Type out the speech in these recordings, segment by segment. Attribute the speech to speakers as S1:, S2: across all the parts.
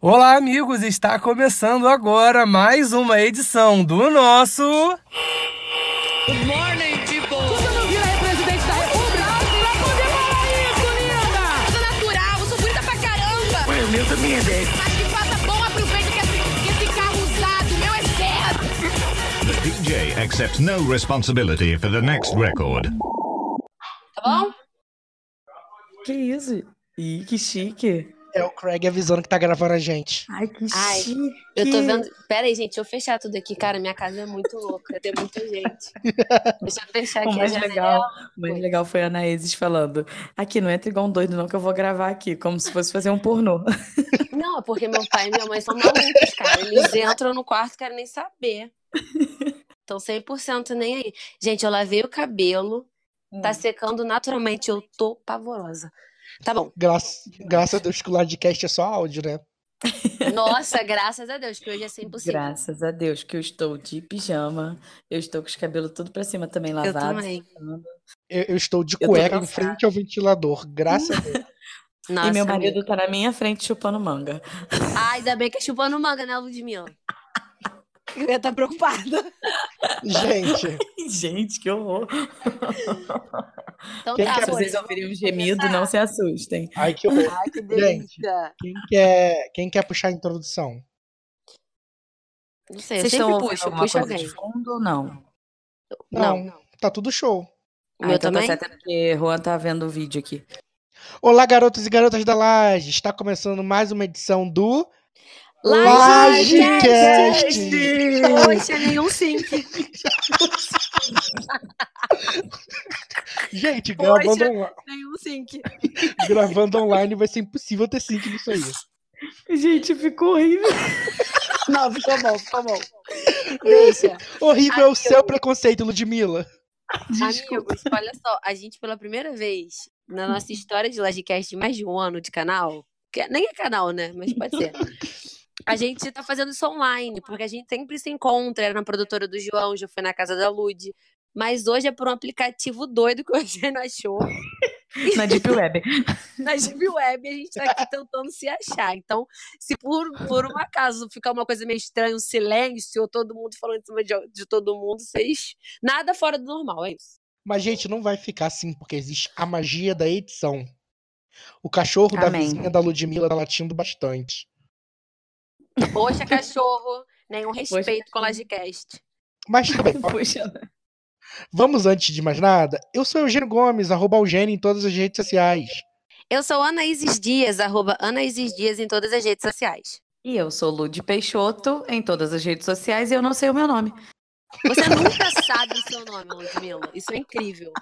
S1: Olá, amigos! Está começando agora mais uma edição do nosso.
S2: Good morning, people!
S3: Você não
S4: é
S3: vira presidente da República? Vai poder falar isso, linda!
S4: sou natural, eu sou bonita pra caramba. Foi o meu também é dele. Acho que faça bom aproveita que esse, que esse carro usado, o meu é certo.
S5: The DJ accepts no responsibility for the next record.
S4: Tá bom?
S6: Que isso? Ih, que chique.
S7: É o Craig avisando que tá gravando a gente.
S6: Ai, que
S4: Ai,
S6: chique.
S4: Eu tô vendo. Pera aí, gente, deixa eu fechar tudo aqui, cara. Minha casa é muito louca, tem muita gente. Deixa eu fechar
S6: O
S4: aqui a
S6: mais
S4: janela.
S6: legal, o mais legal foi a Anaíses falando. Aqui, não entra igual um doido, não, que eu vou gravar aqui, como se fosse fazer um pornô.
S4: Não, é porque meu pai e minha mãe são malucos, cara. Eles entram no quarto, querem nem saber. Estão 100% nem aí. Gente, eu lavei o cabelo, tá
S6: Hum.
S4: secando naturalmente, eu tô pavorosa. Tá bom.
S7: Graças, graças a Deus que o Ladcast é só áudio, né?
S4: Nossa, graças a Deus, que hoje é 100%.
S6: Graças a Deus que eu estou de pijama. Eu estou com os cabelos tudo pra cima também
S4: eu
S6: lavados.
S4: também.
S7: Eu, eu estou de
S6: Eu tô
S7: cueca em
S6: cansada.
S7: frente ao ventilador. Graças a Deus.
S4: Nossa,
S6: e meu
S4: amiga.
S6: marido tá na minha frente chupando manga.
S4: Ah, ainda bem que é chupando manga, né, Ludmilla? Eu ia estar preocupada.
S7: Gente,
S6: Gente, que horror.
S4: Então
S7: Quem
S4: tá,
S7: quer-
S6: Se
S4: amores,
S6: vocês ouvirem um
S4: Ah.
S6: gemido, não se assustem.
S7: ai que horror.
S4: Ai, que
S7: Gente.
S4: delícia.
S7: Quem quer, quem quer puxar a introdução?
S4: Não sei,
S6: Vocês
S4: eu sempre
S6: estão ouvindo
S4: puxo,
S6: alguma
S4: puxo
S6: coisa
S4: alguém.
S6: de fundo ou não?
S4: Não,
S7: Tá tudo show.
S4: o
S6: Ah,
S4: meu
S6: então tá
S4: também?
S6: certo, é porque Juan tá vendo o vídeo aqui.
S7: Olá, garotos e garotas da Laje. Está começando mais uma edição do
S4: Laje
S7: Lagecast.
S4: Poxa, nenhum sync.
S7: Gente,
S4: Poxa.
S7: gravando, onla-
S4: Nenhum sync.
S7: gravando online vai ser impossível ter sync nisso aí.
S6: Gente, ficou horrível.
S4: Não, ficou bom, ficou bom. Deixa.
S7: Horrível é o seu preconceito, Ludmilla.
S4: Amigos, tipo, olha só, a gente pela primeira vez na nossa
S6: Uhum.
S4: história de Lagecast de mais de um ano de canal, que nem é canal, né? Mas pode ser. A gente tá fazendo isso online, porque a gente sempre se encontra, era na produtora do João, já foi na casa da Lud. Mas hoje é por um aplicativo doido que o Eugênio achou.
S6: Na Deep Web.
S4: Na Deep Web a gente tá aqui tentando se achar. Então, se por, por um acaso ficar uma coisa meio estranha, um silêncio, ou todo mundo falando em cima de, de todo mundo, vocês. Nada fora do normal, é isso.
S7: Mas, gente, não vai ficar assim, porque existe a magia da edição. O cachorro da
S6: Amém.
S7: vizinha da Ludmilla tá latindo bastante.
S4: Poxa, cachorro, nenhum respeito
S6: Poxa,
S4: com o Lodcast.
S7: Mas tudo bem,
S6: Puxa.
S7: vamos antes de mais nada. Eu sou Eugênio Gomes, arroba Eugênio em todas as redes sociais.
S4: Eu sou Anaíses Dias, arroba Anaíses Dias em todas as redes sociais.
S6: E eu sou Lud Peixoto em todas as redes sociais e eu não sei o meu nome.
S4: Você nunca sabe o seu nome, Ludmilla. Isso é incrível.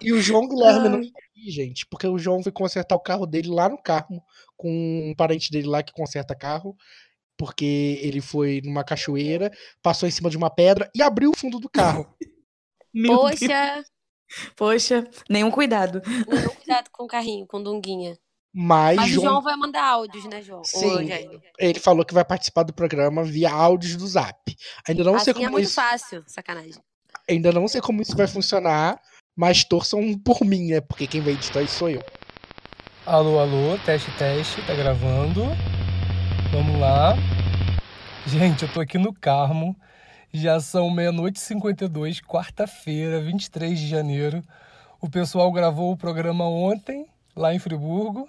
S7: E o João Guilherme não está aqui, gente, porque o João foi consertar o carro dele lá no Carmo, com um parente dele lá que conserta carro, porque ele foi numa cachoeira, passou em cima de uma pedra e abriu o fundo do carro.
S6: Meu Deus.
S4: Poxa,
S6: Poxa, nenhum cuidado.
S4: não cuidado com o carrinho, com o Dunguinha.
S7: Mas,
S4: Mas o
S7: João,
S4: João vai mandar áudios, né, João? Ô,
S7: Sim.
S4: Jair.
S7: ele falou que vai participar do programa via áudios do Zap. Ainda não sei
S4: Assim é
S7: como
S4: muito
S7: isso
S4: fácil, sacanagem.
S7: Ainda não sei como isso vai funcionar, mas torçam por mim, né? Porque quem vai editar isso sou eu.
S1: Alô, alô, teste, teste, tá gravando. Vamos lá. Gente, eu tô aqui no Carmo. Já são meia-noite e 52, quarta-feira, 23 de janeiro. O pessoal gravou o programa ontem, lá em Friburgo.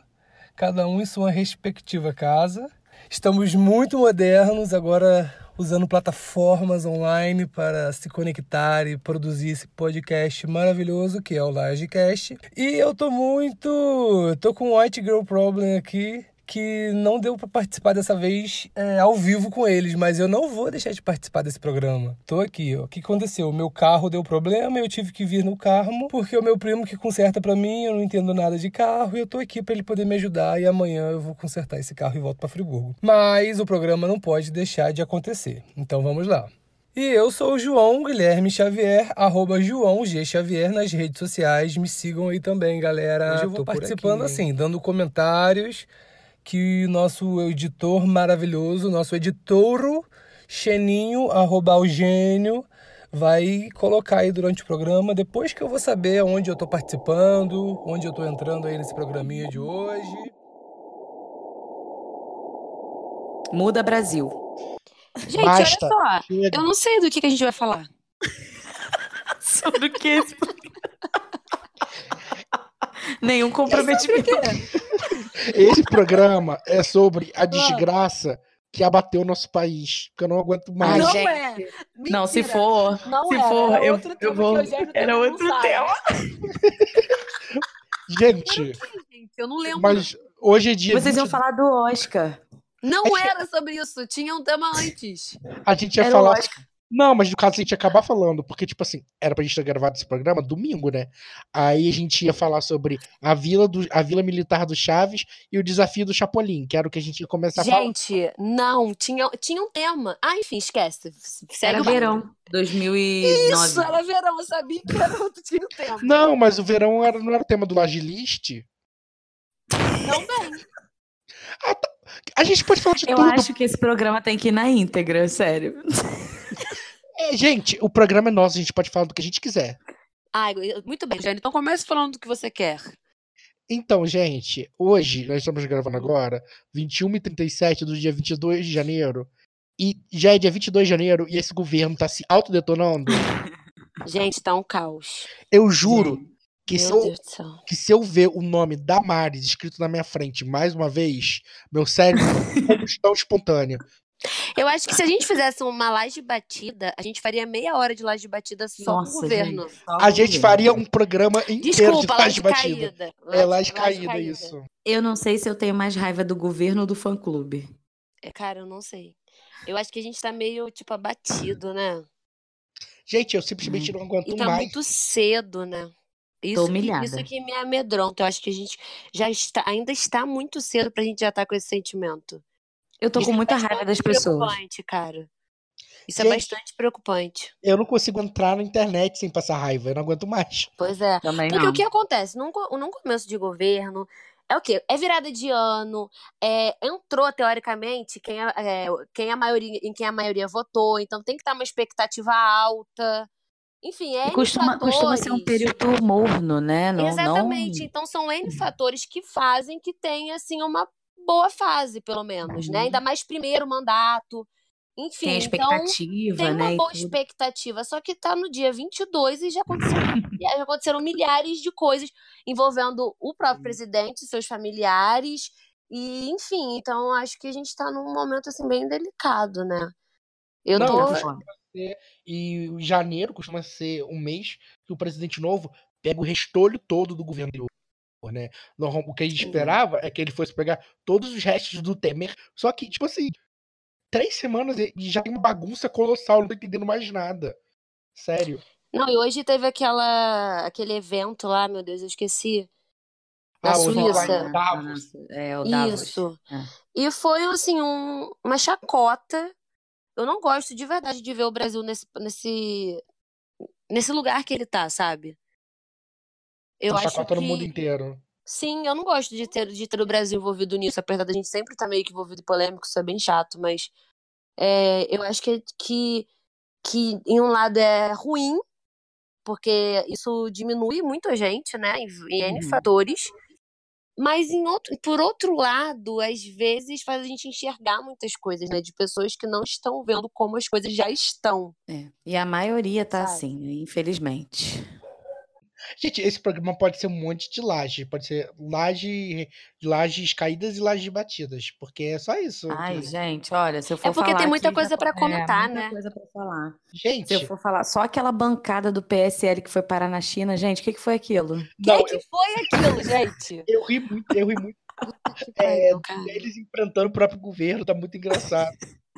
S1: Cada um em sua respectiva casa. Estamos muito modernos, agora usando plataformas online para se conectar e produzir esse podcast maravilhoso que é o Lagecast. E eu tô muito. tô com um White Girl Problem aqui. Que não deu para participar dessa vez é, ao vivo com eles, mas eu não vou deixar de participar desse programa. Tô aqui, ó. O que aconteceu? O meu carro deu problema, eu tive que vir no carro, porque o meu primo que conserta pra mim, eu não entendo nada de carro, e eu tô aqui pra ele poder me ajudar, e amanhã eu vou consertar esse carro e volto pra Friburgo. Mas o programa não pode deixar de acontecer. Então vamos lá. E eu sou o João Guilherme Xavier, arroba João G. Xavier nas redes sociais. Me sigam aí também, galera. Hoje eu vou participando assim, dando comentários que nosso editor maravilhoso, nosso editouro Xeninho, arroba Eugênio, vai colocar aí durante o programa, depois que eu vou saber onde eu tô participando, onde eu tô entrando aí nesse programinha de hoje.
S8: Muda Brasil.
S4: Gente,
S7: Basta.
S4: olha só.
S7: Chega.
S4: Eu não sei do que, que a gente vai falar.
S8: Sobre o que esse Nenhum comprometimento.
S7: Esse programa é sobre
S4: Ah.
S7: a desgraça que abateu nosso país. Que eu não aguento
S4: Ah,
S7: mais.
S8: Ai,
S3: não
S8: gente.
S3: é.
S8: Não, se
S3: Mentira.
S8: for.
S3: Não
S8: se
S3: era,
S8: for,
S3: era
S8: eu-
S3: outro
S8: eu
S3: tema que
S8: vou-
S3: hoje o
S8: Era
S3: não
S8: outro
S3: sabe.
S8: tema.
S7: Gente,
S4: Gente, eu não lembro.
S7: mas hoje é dia.
S8: Vocês iam
S7: 20
S8: falar do Oscar.
S4: Não era sobre isso. Tinha um tema antes.
S7: A gente ia
S8: Era
S7: falar.
S8: o
S7: Não, mas no caso a gente ia acabar falando, porque, tipo assim, era pra gente ter gravado esse programa domingo, né? Aí a gente ia falar sobre a vila, do, a vila militar do Chaves e o desafio do Chapolin, que era o que a gente ia começar a falar.
S4: Gente, não. Tinha, tinha um tema. Ah, enfim, esquece. Segue
S8: Era
S4: o barco.
S8: verão. 2009.
S4: Isso, era verão. Eu sabia que era outro tinha um tema.
S7: Não, mas o verão era, não era tema do Lagilist.
S4: Não bem.
S7: A gente pode falar de
S8: Eu
S7: tudo.
S8: acho que esse programa tem que ir na íntegra, sério.
S7: É, gente, o programa é nosso, a gente pode falar do que a gente quiser.
S4: Ai, muito bem, Jane. Então comece falando do que você quer.
S7: Então, gente, hoje nós estamos gravando agora, 21h37 do dia 22 de janeiro. E já é dia 22 de janeiro e esse governo tá se autodetonando.
S4: Gente, tá um caos.
S7: Eu juro que
S4: Meu
S7: se eu,
S4: Deus do céu.
S7: que se eu ver o nome Damares escrito na minha frente mais uma vez, meu cérebro é um combustão espontânea.
S4: Eu acho que se a gente fizesse uma laje batida, a gente faria meia hora de laje batida só com o governo.
S8: gente, só
S7: A gente
S8: governo.
S7: faria um programa inteiro
S4: Desculpa,
S7: de laje
S4: laje
S7: batida.
S4: caída.
S7: É laje caída, isso.
S8: Eu não sei se eu tenho mais raiva do governo ou do fã-clube.
S4: É, Cara, eu não sei. Eu acho que a gente tá meio, tipo, abatido, né?
S7: Gente, eu simplesmente não aguento
S4: E tá
S7: mais.
S4: muito cedo, né? Isso que-
S8: humilhada.
S4: isso que me amedronta. Eu acho que a gente já está, ainda está muito cedo pra gente já estar com esse sentimento.
S8: Eu tô
S4: Isso
S8: com
S4: é
S8: muita
S4: bastante
S8: raiva das pessoas.
S4: preocupante, cara. Isso é
S7: Gente.
S4: bastante preocupante.
S7: Eu não consigo entrar na internet sem passar raiva. Eu não aguento mais.
S4: Pois é.
S8: Também
S4: Porque
S8: não.
S4: o que acontece? Num, co- num começo de governo, é o quê? É virada de ano, é, entrou, teoricamente, quem, a- é, quem a maioria, em quem a maioria votou, então tem que estar uma expectativa alta. Enfim, é
S8: E
S4: N
S8: costuma, costuma ser um
S4: fatores.
S8: período morno, né? Não,
S4: Exatamente.
S8: Não...
S4: Então são N fatores que fazem que tenha, assim, uma boa fase, pelo menos, né? Ainda mais primeiro mandato. Enfim,
S8: Uhum. Tem a
S4: então
S8: expectativa,
S4: tem
S8: né?
S4: uma
S8: e
S4: boa
S8: tudo.
S4: expectativa, só que tá no dia 22 e já aconteceram, já aconteceram milhares de coisas envolvendo o próprio presidente, seus familiares, e enfim, então acho que a gente tá num momento assim bem delicado, né? Eu
S7: Não,
S4: tô.
S7: eu tô- E o janeiro costuma ser um mês que o presidente novo pega o restolho todo do governo anterior, né? Normal- O que a gente esperava é que ele fosse pegar todos os restos do Temer, só que, tipo assim, três semanas e já tem uma bagunça colossal, não tô entendendo mais nada. Sério.
S4: Não, e hoje teve aquela aquele evento lá, meu Deus, eu esqueci. Na
S7: Ah, hoje lá
S4: Suíça.
S7: em Davos.
S8: É, o Davos.
S4: Isso.
S8: É.
S4: E foi, assim, um- uma chacota. Eu não gosto de verdade de ver o Brasil nesse, nesse, nesse lugar que ele tá, sabe? Eu
S7: Tá
S4: acho
S7: chacota no
S4: que.
S7: mundo inteiro.
S4: Sim, eu não gosto de ter, de ter o Brasil envolvido nisso, apesar da gente sempre estar meio que envolvido em polêmico, isso é bem chato, mas é, eu acho que, que, que em um lado é ruim, porque isso diminui muito a gente, né, em, em N
S8: Uhum.
S4: fatores, mas em outro, por outro lado, às vezes faz a gente enxergar muitas coisas, né, de pessoas que não estão vendo como as coisas já estão.
S8: É. E a maioria tá
S4: Sabe?
S8: assim, né, infelizmente.
S7: Gente, esse programa pode ser um monte de laje. Pode ser laje, lajes caídas e lajes batidas. Porque é só isso.
S8: Ai,
S7: que-
S8: gente, olha, se eu for
S4: É porque tem
S8: falar
S4: muita
S8: aqui, já
S4: coisa pra
S8: co-
S4: comentar,
S8: é, muita
S4: né?
S8: coisa pra falar. Se
S7: Gente,
S8: eu for falar só aquela bancada do PSL que foi parar na China, gente, o que, que foi aquilo?
S4: O
S7: não,
S4: é que, que foi aquilo, gente?
S7: eu, eu ri muito, eu ri muito.
S4: Que
S7: É,
S4: pariu, cara.
S7: Eles enfrentando o próprio governo, tá muito engraçado.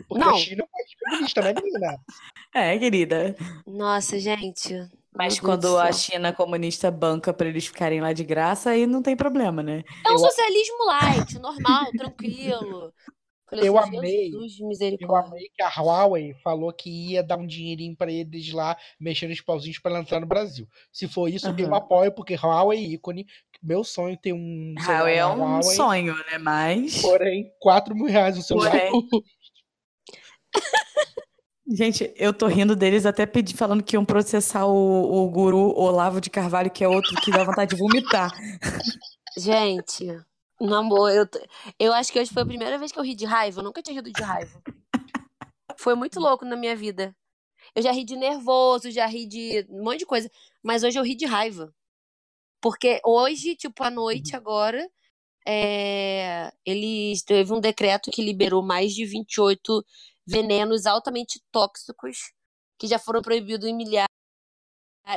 S7: Porque a
S4: Não.
S7: China é um país comunista, né, menina?
S8: É, querida.
S4: Nossa, gente.
S8: Mas
S4: Meu Deus do
S8: quando
S4: céu.
S8: a China comunista banca pra eles ficarem lá de graça, aí não tem problema, né?
S4: É um socialismo light, normal, tranquilo. Falei
S7: Eu
S4: assim,
S7: amei.
S4: Jesus,
S7: Eu
S4: misericórdia.
S7: amei que a Huawei falou que ia dar um dinheirinho pra eles lá, mexendo os pauzinhos pra ela entrar no Brasil. Se for isso, eu
S8: Aham.
S7: apoio, porque Huawei é ícone. Meu sonho é ter um. celular
S8: Raul, é
S7: da
S8: um
S7: Huawei,
S8: sonho, né? Mas.
S7: Porém, 4 mil reais o celular.
S8: Porém. Gente, eu tô rindo deles até pedi, falando que iam processar o, o guru Olavo de Carvalho, que é outro que dá vontade de vomitar.
S4: Gente, Não, amor, eu, t- eu acho que hoje foi a primeira vez que eu ri de raiva. Eu nunca tinha rido de raiva. Foi muito louco na minha vida. Eu já ri de nervoso, já ri de um monte de coisa. Mas hoje eu ri de raiva. Porque hoje, tipo, à noite agora, é, eles teve um decreto que liberou mais de 28 venenos altamente tóxicos que já foram proibidos em milhares.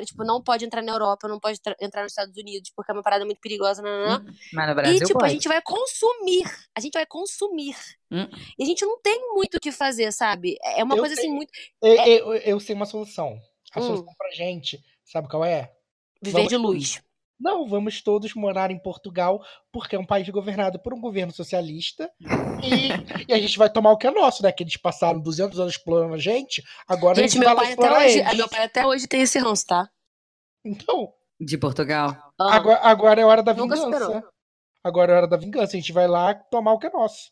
S4: Tipo, não pode entrar na Europa, não pode tra- entrar nos Estados Unidos, porque é uma parada muito perigosa. nananã.
S6: Mas no
S4: E,
S6: Brasil
S4: tipo, a
S6: pode.
S4: gente vai consumir. A gente vai consumir.
S6: Hum.
S4: E a gente não tem muito o que fazer, sabe? É uma
S7: Eu
S4: coisa assim
S7: tenho.
S4: muito.
S7: Eu, eu, eu sei uma solução. A
S4: Hum.
S7: solução pra gente, sabe qual é?
S4: Viver
S7: Vamos
S4: de luz.
S7: Não, vamos todos morar em Portugal, porque é um país governado por um governo socialista. E, e a gente vai tomar o que é nosso, né? Que eles passaram 200 anos explorando a gente, agora a
S4: Gente,
S7: gente
S4: meu
S7: vai lá
S4: pai, até
S7: explorar
S4: hoje, é
S7: eles.
S4: meu pai até hoje tem esse ranço, tá?
S7: Então,
S6: De Portugal.
S4: Ah,
S7: agora, agora é hora da
S4: Nunca
S7: vingança.
S4: superou.
S7: Agora é hora da vingança. A gente vai lá tomar o que é nosso.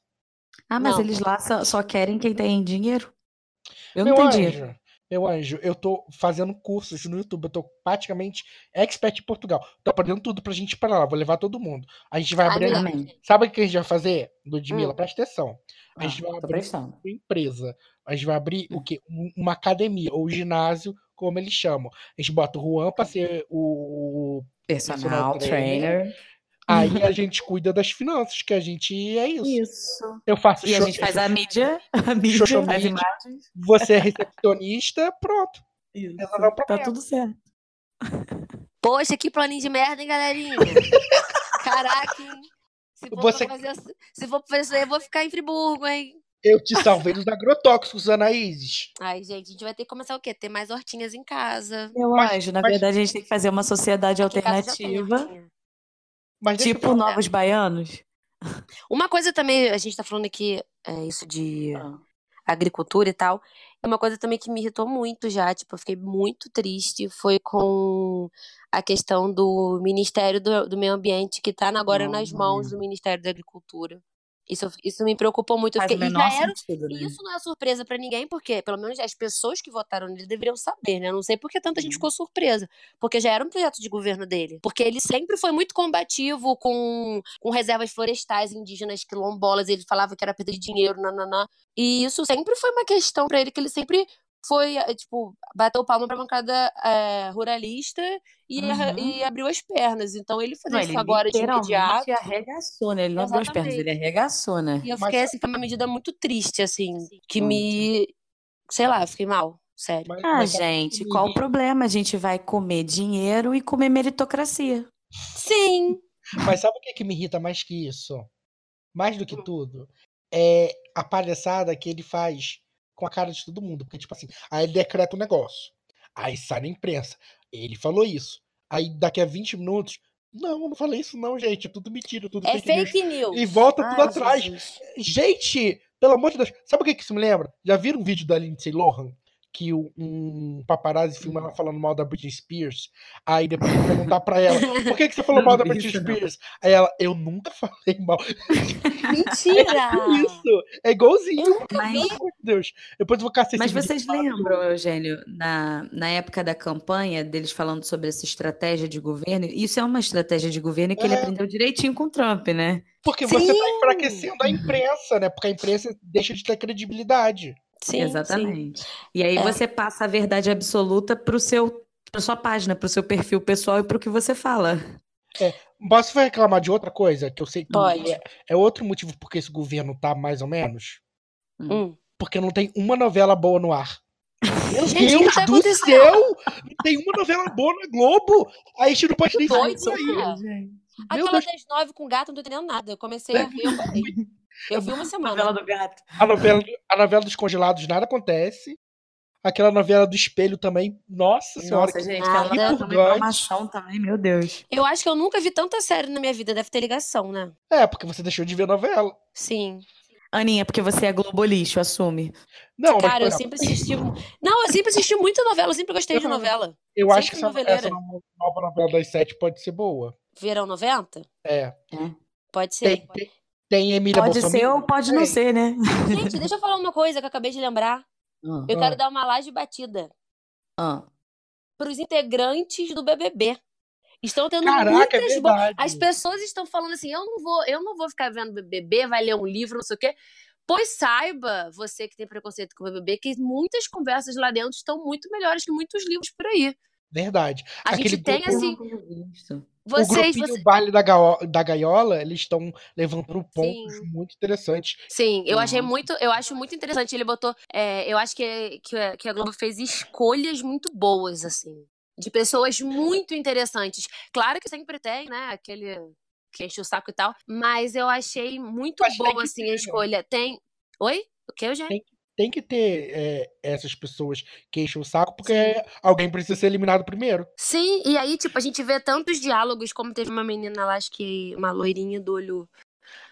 S6: Ah, mas
S4: Não.
S6: eles lá só, só querem quem tem dinheiro. Eu não
S7: meu
S6: tenho
S7: anjo,
S6: dinheiro.
S7: meu anjo, eu tô fazendo cursos no YouTube. Eu tô praticamente expert em Portugal. Tô aprendendo tudo pra gente ir pra lá. Vou levar todo mundo. A gente vai
S4: Ai,
S7: abrir.
S4: meu
S6: Amém.
S7: Sabe o que a gente vai fazer, Ludmilla?
S4: Hum.
S7: Presta atenção. A gente
S6: Ah,
S7: vai
S6: tô
S7: abrir
S6: prestando.
S7: uma empresa. A gente vai abrir o quê? Um- Uma academia ou ginásio, como eles chamam. A gente bota o Juan pra ser o. o-
S6: Personal,
S7: Personal trainer.
S6: trainer.
S7: Aí a gente cuida das finanças, que a gente é isso.
S6: Isso.
S7: Eu faço
S6: E a
S7: show-
S6: gente faz a mídia, a mídia,
S7: Social
S6: as
S7: media.
S6: imagens.
S7: Você é recepcionista, pronto.
S6: Isso.
S7: Resolveu o
S6: Tá
S7: problema.
S6: tudo certo.
S4: Poxa, que planinho de merda, hein, galerinha? Caraca, hein? Se for,
S7: Você-
S4: pra fazer, assim- se for pra fazer isso aí, eu vou ficar em Friburgo, hein?
S7: Eu te salvei dos agrotóxicos, Anaíses.
S4: Ai, gente, a gente vai ter que começar o quê? Ter mais hortinhas em casa.
S6: Meu
S7: Mas-
S6: anjo, na
S7: mas-
S6: verdade, a gente tem que fazer uma sociedade
S4: Aqui em casa já tem
S6: alternativa,
S4: hortinha.
S7: Mas deixa eu
S6: tipo
S7: falar.
S6: Novos Baianos.
S4: Uma coisa também, a gente tá falando aqui, é isso de.
S6: Ah.
S4: agricultura e tal. E uma coisa também que me irritou muito já, tipo, eu fiquei muito triste, foi com a questão do Ministério do, do Meio Ambiente, que tá agora nas mãos do Ministério da Agricultura. Isso, isso me preocupou muito. Eu
S6: Faz o
S4: fiquei, e
S6: menor
S4: já era,
S6: sentido, né?
S4: isso não é surpresa pra ninguém, porque pelo menos as pessoas que votaram nele deveriam saber, né? Eu Não sei por que tanta gente ficou surpresa, porque já era um projeto de governo dele. Porque ele sempre foi muito combativo com, com reservas florestais indígenas quilombolas, ele falava que era perda de dinheiro, nananã. E isso sempre foi uma questão pra ele, que ele sempre foi, eh, tipo, bateu palma pra bancada eh, ruralista e,
S6: Uhum.
S4: e abriu as pernas. Então ele fazer
S6: Não,
S4: isso
S6: ele
S4: agora de imediato.
S6: literalmente arregaçou, né? Ele não abriu as pernas, ele arregaçou, né?
S4: E eu
S7: Mas- é
S4: fiquei assim, foi uma medida muito triste, assim, que
S6: Muito.
S4: me. Sei lá, eu fiquei mal, sério.
S7: Mas-
S6: Ah,
S7: mas sabe
S6: gente,
S7: que-
S6: qual o problema? A gente vai comer dinheiro e comer meritocracia.
S4: Sim!
S7: Mas sabe o que, que me irrita mais que isso? Mais do que tudo, é a palhaçada que ele faz com a cara de todo mundo. Porque, tipo assim, aí ele decreta um negócio. Aí sai na imprensa. Ele falou isso. Aí daqui a 20 minutos. Não, eu não falei isso, não, gente. É tudo mentira, tudo
S4: É
S7: news."
S4: fake news.
S7: E volta tudo
S4: Ai,
S7: atrás.
S4: Jesus.
S7: Gente, pelo amor de Deus. Sabe o que, que isso me lembra? Já viram um vídeo da Lindsay Lohan? Que o- um paparazzi filma ela falando mal da Britney Spears. Aí depois eu perguntar pra ela: Por que, que você falou mal da
S6: Não vi
S7: Britney
S6: isso, não.
S7: Spears? Aí ela: Eu nunca falei mal.
S4: Mentira!
S7: Isso, é igualzinho.
S6: Ah. Mas,
S7: Pelo amor de Deus. Depois eu vou caçar
S6: mas
S7: esse vídeo.
S6: vocês lembram, Eugênio, na, na época da campanha, deles falando sobre essa estratégia de governo? Isso é uma estratégia de governo que ele
S7: É.
S6: aprendeu direitinho com o Trump, né?
S7: Porque você tá
S4: Sim.
S7: enfraquecendo a imprensa, né? Porque a imprensa deixa de ter credibilidade.
S4: Sim, sim.
S6: Exatamente. E aí
S4: É.
S6: você passa a verdade absoluta pro seu, pra sua página, pro seu perfil pessoal e pro que você fala.
S7: Posso reclamar de outra coisa que eu sei que
S4: Pode.
S7: é, é outro motivo porque esse governo tá mais ou menos?
S4: Hum.
S7: Porque não tem uma novela boa no ar. Meu
S4: Gente, o que
S7: Deus
S4: tá
S7: do
S4: acontecendo?
S7: céu! Não tem uma novela boa na Globo! Aí a gente não pode nem falar
S4: Doido,
S7: isso aí.
S4: né?
S7: Meu
S4: Aquela
S7: Deus.
S4: das nove com gato, eu não tô entendendo nada. Eu comecei a ver, eu parei. Eu vi uma semana.
S6: Novela do gato.
S7: A novela, a novela dos congelados nada acontece. Aquela novela do espelho também. Nossa senhora,
S6: Nossa, gente,
S4: nada.
S6: aquela novela também,
S7: Purgante.
S6: informação também, meu Deus.
S4: Eu acho que eu nunca vi tanta série na minha vida, deve ter ligação, né?
S7: É, porque você deixou de ver novela.
S4: Sim.
S6: Aninha, porque você é globolixo, assume.
S7: Não,
S4: Cara, eu
S7: mas, por exemplo,
S4: sempre assisti. mu- Não, eu sempre assisti muita novela, eu sempre gostei de
S7: Não.
S4: novela.
S7: eu acho que
S4: sempre
S7: essa,
S4: noveleira.
S7: essa no- nova novela das sete pode ser boa.
S4: Verão 90?
S7: É.
S4: Pode ser.
S7: Tem, tem, tem Emília
S6: Pode
S7: Bolsonaro.
S6: ser ou pode não
S7: Ei.
S6: ser, né?
S4: Gente, deixa eu falar uma coisa que eu acabei de lembrar. Eu
S7: Ah.
S4: quero dar uma laje batida
S6: Ah.
S4: pros integrantes do BBB. Estão tendo
S7: Caraca, é
S4: muitas bo-
S7: verdade.
S4: As pessoas estão falando assim: eu não vou, eu não vou ficar vendo BBB, vai ler um livro, não sei o quê. Pois saiba, você que tem preconceito com o BBB, que muitas conversas lá dentro estão muito melhores que muitos livros por aí.
S7: Verdade.
S4: A gente
S7: Aquele
S4: tem
S7: grupo-
S4: assim,
S6: Isso.
S7: O
S4: vocês,
S7: grupinho
S4: vocês-
S7: Baile da, Gaio- da Gaiola, eles estão levantando pontos
S4: Sim.
S7: muito interessantes.
S4: Sim, eu achei
S7: Uhum.
S6: Nossa.
S4: muito, eu acho muito interessante. Ele botou, é, eu acho que, que, a- que a Globo fez escolhas muito boas, assim, de pessoas muito interessantes. Claro que sempre tem, né, aquele que enche o saco e tal, mas eu achei muito
S7: Mas tem
S4: boa,
S7: que
S4: assim,
S7: ter,
S4: a
S7: né?
S4: escolha. Tem. Oi? O que, Eugênio?
S7: Tem que ter é, essas pessoas que enchem o saco, porque alguém precisa ser eliminado primeiro.
S4: Sim, e aí, tipo, a gente vê tantos diálogos, como teve uma menina lá, acho que uma loirinha do olho,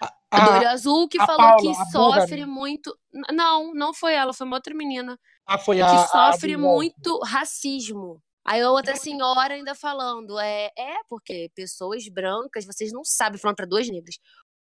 S4: do
S7: A,
S4: olho azul, que
S7: Ah, a
S4: falou
S7: Paula, a
S4: que
S7: Búlgara.
S4: sofre muito. N- Não, não foi ela, foi uma outra menina.
S7: a ah, foi a,
S4: que
S7: a
S4: sofre
S7: do Wall.
S4: muito racismo. Aí a outra senhora ainda falando, é, é porque pessoas brancas, vocês não sabem, falando para duas negras,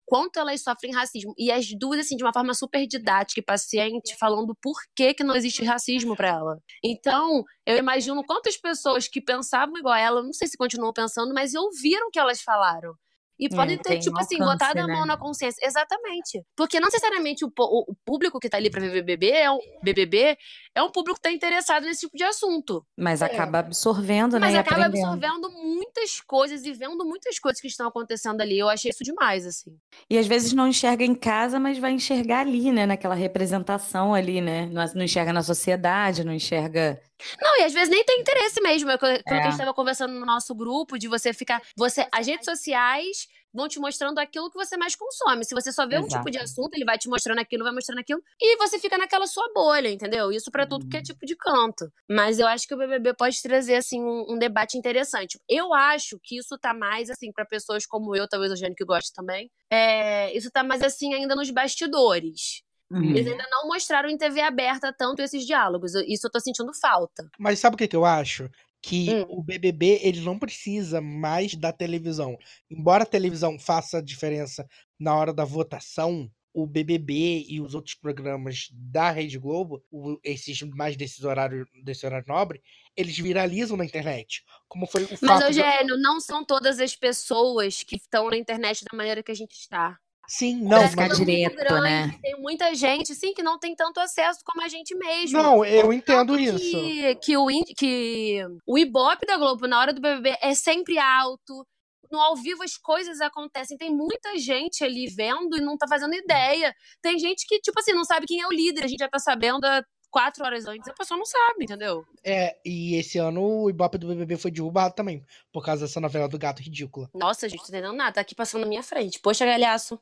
S4: quanto elas sofrem racismo. E as duas, assim, de uma forma super didática e paciente, falando por que, que não existe racismo para ela. Então, eu imagino quantas pessoas que pensavam igual a ela, não sei se continuam pensando, mas ouviram o que elas falaram. E podem ter,
S6: tem
S4: tipo
S6: um
S4: assim,
S6: alcance,
S4: botado a
S6: né?
S4: mão na consciência. Exatamente. Porque não necessariamente o, po- o- o público que tá ali pra ver BBB é um, BBB é um público que tá interessado nesse tipo de assunto.
S6: Mas acaba absorvendo,
S4: Mas
S6: né? e
S4: acaba
S6: aprendendo.
S4: absorvendo muitas coisas e vendo muitas coisas que estão acontecendo ali. Eu achei isso demais, assim.
S6: E às vezes não enxerga em casa, mas vai enxergar ali, né? Naquela representação ali, né? Não não enxerga na sociedade, não enxerga.
S4: Não, e às vezes nem tem interesse mesmo. É aquilo que a
S6: É.
S4: gente estava conversando no nosso grupo, de você ficar. Você, as redes sociais vão te mostrando aquilo que você mais consome. Se você só vê um tipo de assunto, ele vai te mostrando aquilo, vai mostrando aquilo, e você fica naquela sua bolha, entendeu? Isso pra tudo que é tipo de canto. Mas eu acho que o BBB pode trazer assim um, um debate interessante. Eu acho que isso tá mais assim pra pessoas como eu, talvez o Jânio que goste também. É, isso tá mais assim ainda nos bastidores. Eles ainda não mostraram em TV aberta tanto esses diálogos. Eu- Isso eu tô sentindo falta.
S7: Mas sabe o que, que eu acho? Que
S4: Hum.
S7: o BBB ele não precisa mais da televisão. Embora a televisão faça a diferença na hora da votação, o BBB e os outros programas da Rede Globo, o- esses mais desse horário, desse horário nobre, eles viralizam na internet. Como foi o fato
S4: Mas, é
S7: da-
S4: Eugênio, não são todas as pessoas que estão na internet da maneira que a gente está.
S7: Sim,
S4: O
S7: não,
S4: Brasil
S7: mas...
S4: é muito
S6: direto,
S4: grande,
S6: né?
S4: Tem muita gente, sim, que não tem tanto acesso como a gente mesmo.
S7: Não, eu entendo
S4: Tanto
S7: isso.
S4: Que, que, o, in- que o Ibope da Globo na hora do BBB é sempre alto. No ao vivo as coisas acontecem. Tem muita gente ali vendo e não tá fazendo ideia. Tem gente que, tipo assim, não sabe quem é o líder. A gente já tá sabendo há quatro horas antes. A pessoa não sabe, entendeu?
S7: É, e esse ano o Ibope do BBB foi derrubado também, por causa dessa novela do gato ridícula.
S4: Nossa, gente, não tô entendendo nada. Tá aqui passando na minha frente. Poxa, galhaço.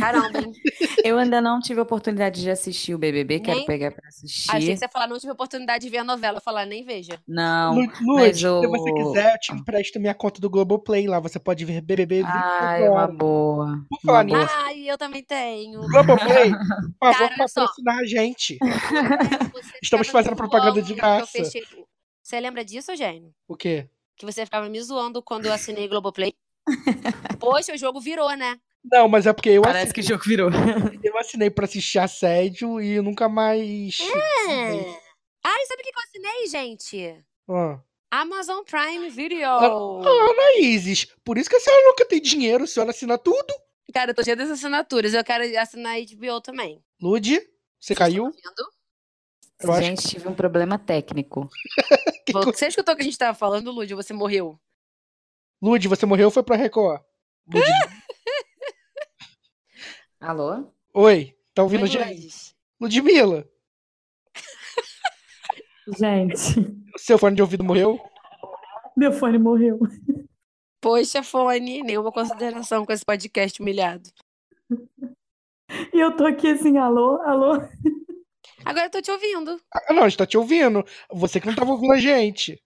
S4: Caramba, hein?
S6: Eu ainda não tive a oportunidade de assistir o BBB, quero
S4: Nem-
S6: pegar pra
S4: Achei
S6: assistir.
S4: que você ia falar, não tive oportunidade de ver a novela. Eu Falar, nem veja.
S6: Não.
S7: Lu- Lud,
S6: mas
S7: se você
S6: o-
S7: quiser, eu te empresto minha conta do Globoplay lá. Você pode ver BBB 24
S6: Ah, é uma
S7: horas.
S6: boa.
S7: Por falar
S6: uma
S7: nisso,
S4: Ai, eu também tenho.
S7: Globoplay, por favor,
S4: Cara, olha só.
S7: patrocinar a gente.
S4: Você
S7: Estamos
S4: ficava me
S7: fazendo propaganda
S4: zoando
S7: de
S4: que eu
S7: graça.
S4: fechei- Você lembra disso, Eugênio?
S7: O quê?
S4: Que você ficava me zoando quando eu assinei Globoplay? Poxa, o jogo virou, né?
S7: Não, mas é porque eu, assinei,
S6: que o jogo virou.
S7: eu assinei pra assistir Assédio e eu nunca mais...
S4: É. Ai, sabe o que que eu assinei, gente?
S7: Ah.
S4: Amazon Prime Video.
S7: Ana Isis, por isso que a senhora nunca tem dinheiro, a senhora assina tudo.
S4: Cara, eu tô cheia das assinaturas. Eu quero assinar HBO também.
S7: Lud, você
S4: Vocês
S7: caiu?
S4: estão vendo?
S7: Eu acho
S6: Gente, tive um problema técnico.
S4: Você escutou o que a gente tava falando, Lud? Você morreu.
S7: Lud, você morreu ou foi pra Record? Lud,
S6: Alô?
S7: oi, tá ouvindo a
S4: Oi,
S7: gente?
S4: Lourdes.
S7: Ludmilla,
S8: Gente,
S7: seu fone de ouvido morreu?
S8: meu fone morreu.
S4: Poxa, Fone, nenhuma consideração com esse podcast humilhado.
S8: E eu tô aqui assim, alô, alô.
S4: Agora eu tô te ouvindo.
S7: Ah, não, a gente tá te ouvindo. Você que não tava ouvindo a gente.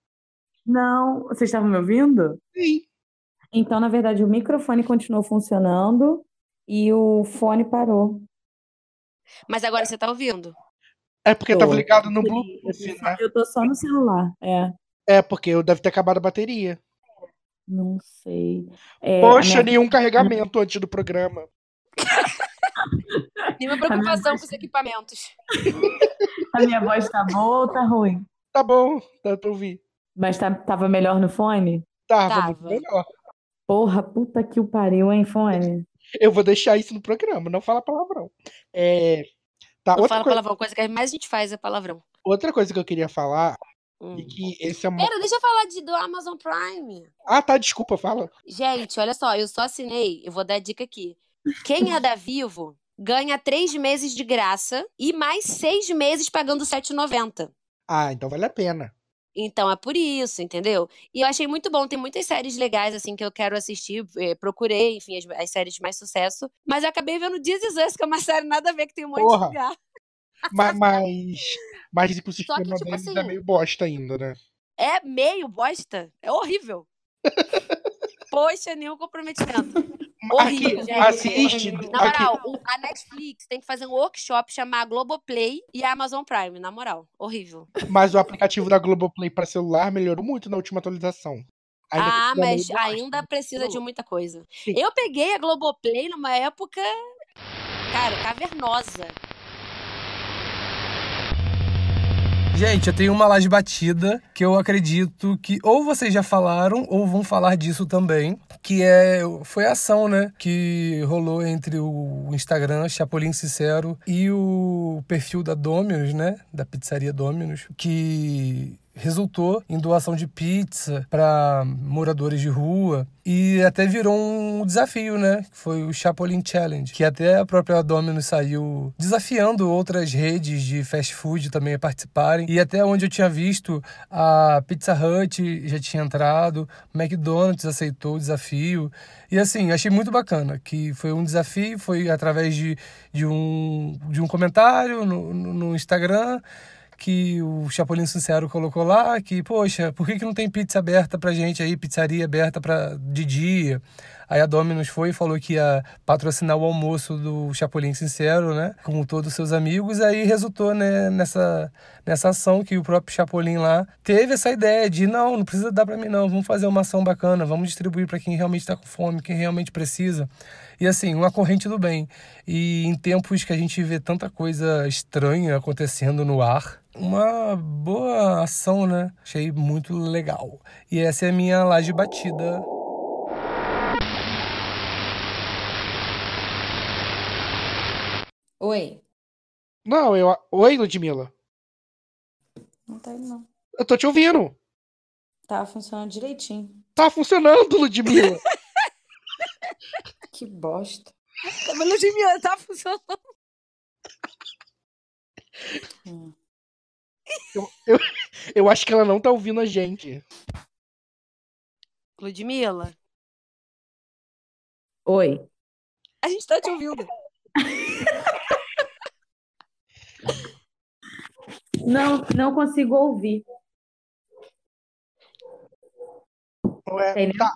S8: Não, vocês estavam me ouvindo?
S7: Sim.
S8: Então, na verdade, o microfone continuou funcionando e o fone parou.
S4: Mas agora você tá ouvindo.
S7: É porque
S8: Tô.
S7: tava ligado no Bluetooth, né?
S8: Eu tô só no celular, é.
S7: É, porque eu deve ter acabado a bateria.
S8: Não sei. É, a
S7: Poxa,
S8: minha-
S7: nenhum carregamento antes do programa.
S4: Nenhuma preocupação com os equipamentos.
S7: Ah,
S8: a minha voz tá boa ou tá ruim?
S7: Tá bom, dá pra ouvir.
S8: Mas tá, tava melhor no fone?
S7: Tava, muito
S4: Tava.
S7: melhor.
S8: Porra, puta que o pariu, hein, Fone?
S7: Eu vou deixar isso no programa, não fala palavrão. É, tá,
S4: Não
S7: outra,
S4: fala
S7: coi-
S4: palavrão, coisa que mais a gente faz é palavrão.
S7: outra coisa que eu queria falar
S4: Hum.
S7: e que esse é uma...
S4: Pera, deixa eu falar de, do Amazon Prime.
S7: Ah, tá, desculpa, fala.
S4: Gente, olha só, eu só assinei, eu vou dar a dica aqui. Quem é da Vivo ganha três meses de graça e mais seis meses pagando R$ 7,90.
S7: Ah, então vale a pena.
S4: Então é por isso, entendeu? E eu achei muito bom, tem muitas séries legais assim que eu quero assistir, eh, procurei, enfim, as, as séries de mais sucesso, mas eu acabei vendo This Is Us, que é uma série nada a ver, que tem um monte de
S7: Porra.
S4: lugar.
S7: Mas, mas, mas o sistema
S4: tipo
S7: deles é
S4: assim-
S7: meio bosta ainda, né?
S4: É meio bosta, é horrível. Poxa, nenhum comprometimento.
S7: Aqui,
S4: Horrível, gente. É,
S7: assiste.
S4: Na
S7: aqui.
S4: moral, o- a Netflix tem que fazer um workshop chamar Globoplay e a Amazon Prime, na moral. Horrível.
S7: Mas o aplicativo da Globoplay pra celular melhorou muito na última atualização. Ainda
S4: ah,
S7: continua
S4: mas
S7: meio bosta.
S4: ainda precisa de muita coisa.
S7: Sim.
S4: Eu peguei a Globoplay numa época, cara, cavernosa.
S1: Gente, eu tenho uma laje batida que eu acredito que ou vocês já falaram ou vão falar disso também, que é foi a ação, né, que rolou entre o Instagram Chapolin Sincero e o perfil da Domino's, né, da pizzaria Domino's, que resultou em doação de pizza para moradores de rua e até virou um desafio, né? Que foi o Chapolin Challenge, que até a própria Domino saiu desafiando outras redes de fast food também a participarem. E até onde eu tinha visto, a Pizza Hut já tinha entrado, McDonald's aceitou o desafio. E assim, achei muito bacana, que foi um desafio, foi através de, de, um, de um comentário no- no- no Instagram que o Chapolin Sincero colocou lá, que, poxa, por que, que não tem pizza aberta pra gente aí, pizzaria aberta pra, de dia? Aí a Domino's foi e falou que ia patrocinar o almoço do Chapolin Sincero, né? Com todos os seus amigos. Aí resultou né, nessa, nessa ação que o próprio Chapolin lá teve essa ideia de: não, não precisa dar pra mim, não. Vamos fazer uma ação bacana, vamos distribuir pra quem realmente tá com fome, quem realmente precisa. E assim, uma corrente do bem. E em tempos que a gente vê tanta coisa estranha acontecendo no ar, uma boa ação, né? Achei muito legal. E essa é a minha laje batida.
S6: Oi.
S7: Não, eu. Oi, Ludmilla.
S8: Não tá indo, não.
S7: Eu tô te ouvindo.
S8: Tá funcionando direitinho.
S7: Tá funcionando, Ludmilla.
S8: Que bosta.
S4: Mas Ludmilla, tá funcionando.
S7: eu acho que ela não tá ouvindo a gente.
S4: Ludmilla,
S8: Oi.
S4: a gente tá te ouvindo.
S8: Não, não consigo ouvir.
S7: Ué,
S8: Tem, né?
S7: tá.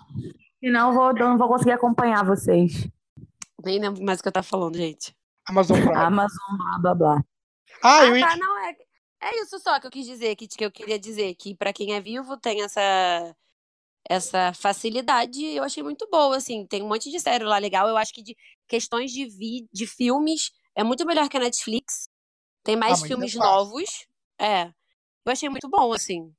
S8: Senão eu vou, eu não vou conseguir acompanhar vocês.
S4: Nem lembro mais o que eu tava falando, gente.
S7: Amazon Prime.
S8: Amazon, blá, blá, blá.
S7: Ah, eu
S4: Ah,
S7: ia
S4: tá, não é. É isso só que eu quis dizer, que, que eu queria dizer que pra quem é vivo tem essa essa facilidade, eu achei muito boa, assim, tem um monte de série lá legal, eu acho que de questões de vi, de filmes é muito melhor que a Netflix. Tem mais
S7: mas é
S4: filmes
S7: fácil.
S4: novos. É. Eu achei muito bom, assim.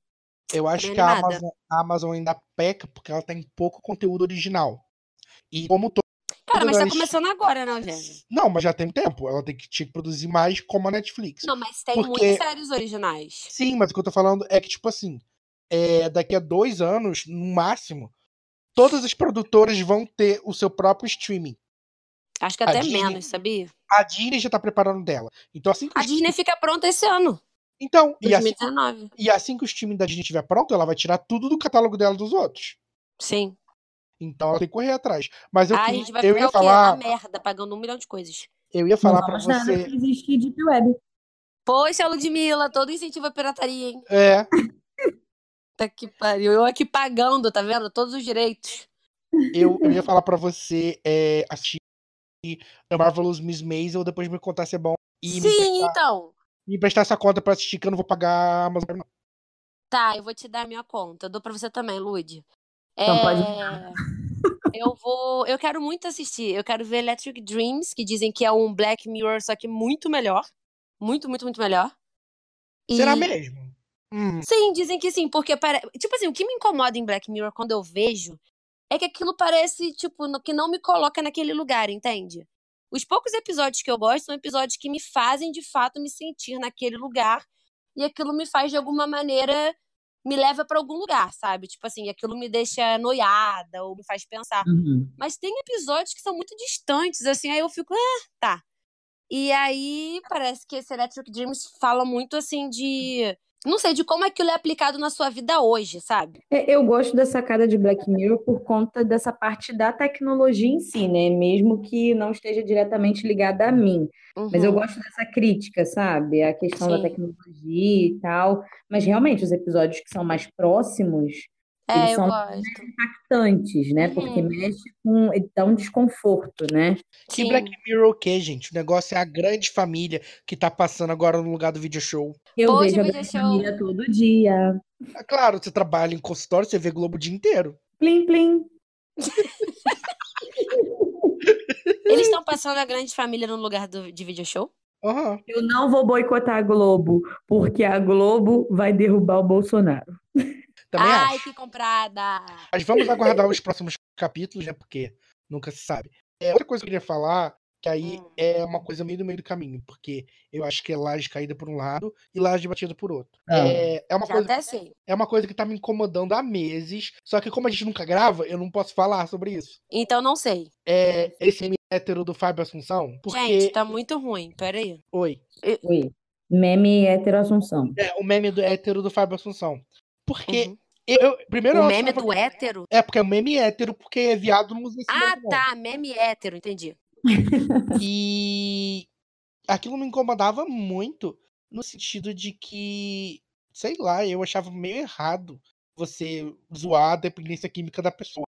S7: Eu acho
S4: bem
S7: que a
S4: animada.
S7: Amazon, a Amazon ainda peca porque ela tem pouco conteúdo original. E como to-
S4: Cara,
S7: Tudo
S4: mas tá
S7: nós.
S4: começando agora, é, não,
S7: né,
S4: gente?
S7: Não, mas já tem um tempo. Ela tem que, tinha que produzir mais como a Netflix.
S4: Não, mas tem
S7: Porque-
S4: muitas séries originais.
S7: Sim, mas o que eu tô falando é que, tipo assim, é, daqui a dois anos, no máximo, todas as produtoras vão ter o seu próprio streaming.
S4: Acho que
S7: A
S4: até
S7: Disney-
S4: menos, sabia?
S7: A Disney já tá preparando dela. Então, assim que
S4: A
S7: os-
S4: Disney tá fica pronta esse ano,
S7: Então, e assim,
S4: 2019.
S7: e assim que o streaming da Disney estiver pronto, ela vai tirar tudo do catálogo dela dos outros.
S4: Sim.
S7: Então ela tem que correr atrás. Mas eu,
S4: Ah, a
S7: queria-
S4: gente vai
S7: eu
S4: ficar
S7: ia
S4: o quê? Na
S7: falar,
S4: merda, pagando um milhão de coisas.
S7: eu ia falar
S8: Não
S7: para
S8: vamos nada
S7: você,
S8: que existe Deep Web.
S4: Poxa, Ludmilla, todo incentivo à pirataria, hein?
S7: é,
S4: Tá que pariu. Eu aqui pagando, tá vendo? Todos os direitos.
S7: Eu, eu ia falar pra você é, assistir The Marvelous Miss Maisel, depois me contar se é bom. E me,
S4: Sim, então.
S7: me emprestar essa conta pra assistir, que eu não vou pagar a Amazon. não.
S4: Tá, eu vou te dar a minha conta. Eu dou pra você também, Lud.
S8: Então
S4: É,
S8: pode
S4: Eu vou. Eu quero muito assistir. Eu quero ver Electric Dreams, que dizem que é um Black Mirror, só que muito melhor. Muito, muito, muito melhor. E
S7: Será mesmo? Hum,
S4: Sim, dizem que sim, porque parece. Tipo assim, o que me incomoda em Black Mirror quando eu vejo é que aquilo parece, tipo, no- que não me coloca naquele lugar, entende? Os poucos episódios que eu gosto são episódios que me fazem de fato me sentir naquele lugar e aquilo me faz de alguma maneira me leva pra algum lugar, sabe? Tipo assim, aquilo me deixa noiada ou me faz pensar. Mas tem episódios que são muito distantes, assim, aí eu fico, ah, tá. E aí parece que esse Electric Dreams fala muito assim de. Não sei, de como aquilo é aplicado na sua vida hoje, sabe?
S8: É, Eu gosto da sacada de Black Mirror por conta dessa parte da tecnologia em si, né? Mesmo que não esteja diretamente ligada a mim. Mas eu
S4: Uhum.
S8: gosto dessa crítica, sabe? A questão da
S4: Sim.
S8: tecnologia e tal. Mas realmente, os episódios que são mais próximos, eles
S4: É, eu
S8: são
S4: gosto.
S8: impactantes, né? Porque
S4: Uhum.
S8: mexe com. ele dá um desconforto, né?
S7: Que
S4: Sim.
S7: Black Mirror o quê, gente? O negócio é a grande família que tá passando agora no lugar do video show.
S8: Eu
S4: Poxa,
S8: vejo a
S4: veja
S8: Black
S4: show.
S8: Família todo dia.
S7: É Claro, você trabalha em consultório, você vê Globo o dia inteiro.
S8: Plim, plim.
S4: Eles estão passando a grande família no lugar do, de video show?
S7: Aham.
S8: Eu não vou boicotar a Globo, porque a Globo vai derrubar o Bolsonaro.
S7: Também
S4: Ai,
S7: acho.
S4: que comprada!
S7: Mas vamos aguardar os próximos capítulos, né? Porque nunca se sabe. É, outra coisa que eu queria falar, que aí
S4: Hum.
S7: é uma coisa meio do meio do caminho, porque eu acho que é laje caída por um lado e laje batida por outro.
S1: Ah.
S7: É, é uma
S4: Já
S7: coisa,
S4: até sei.
S7: é uma coisa que tá me incomodando há meses, só que como a gente nunca grava, eu não posso falar sobre isso.
S4: Então não sei.
S7: É esse M hétero do Fábio Assunção, porque...
S4: Gente, tá muito ruim. Peraí.
S7: Oi.
S8: Oi. Meme né? hétero Assunção.
S7: É, o meme do hétero do Fábio Assunção. Porque
S4: Uhum.
S7: eu... Primeiro
S4: O
S7: eu
S4: meme
S7: achava-
S4: do hétero?
S7: É, porque é o meme hétero, porque é viado não usa esse
S4: Ah,
S7: meme, não.
S4: tá. Meme hétero, entendi.
S7: E aquilo me incomodava muito, no sentido de que, sei lá, eu achava meio errado você zoar a dependência química da pessoa.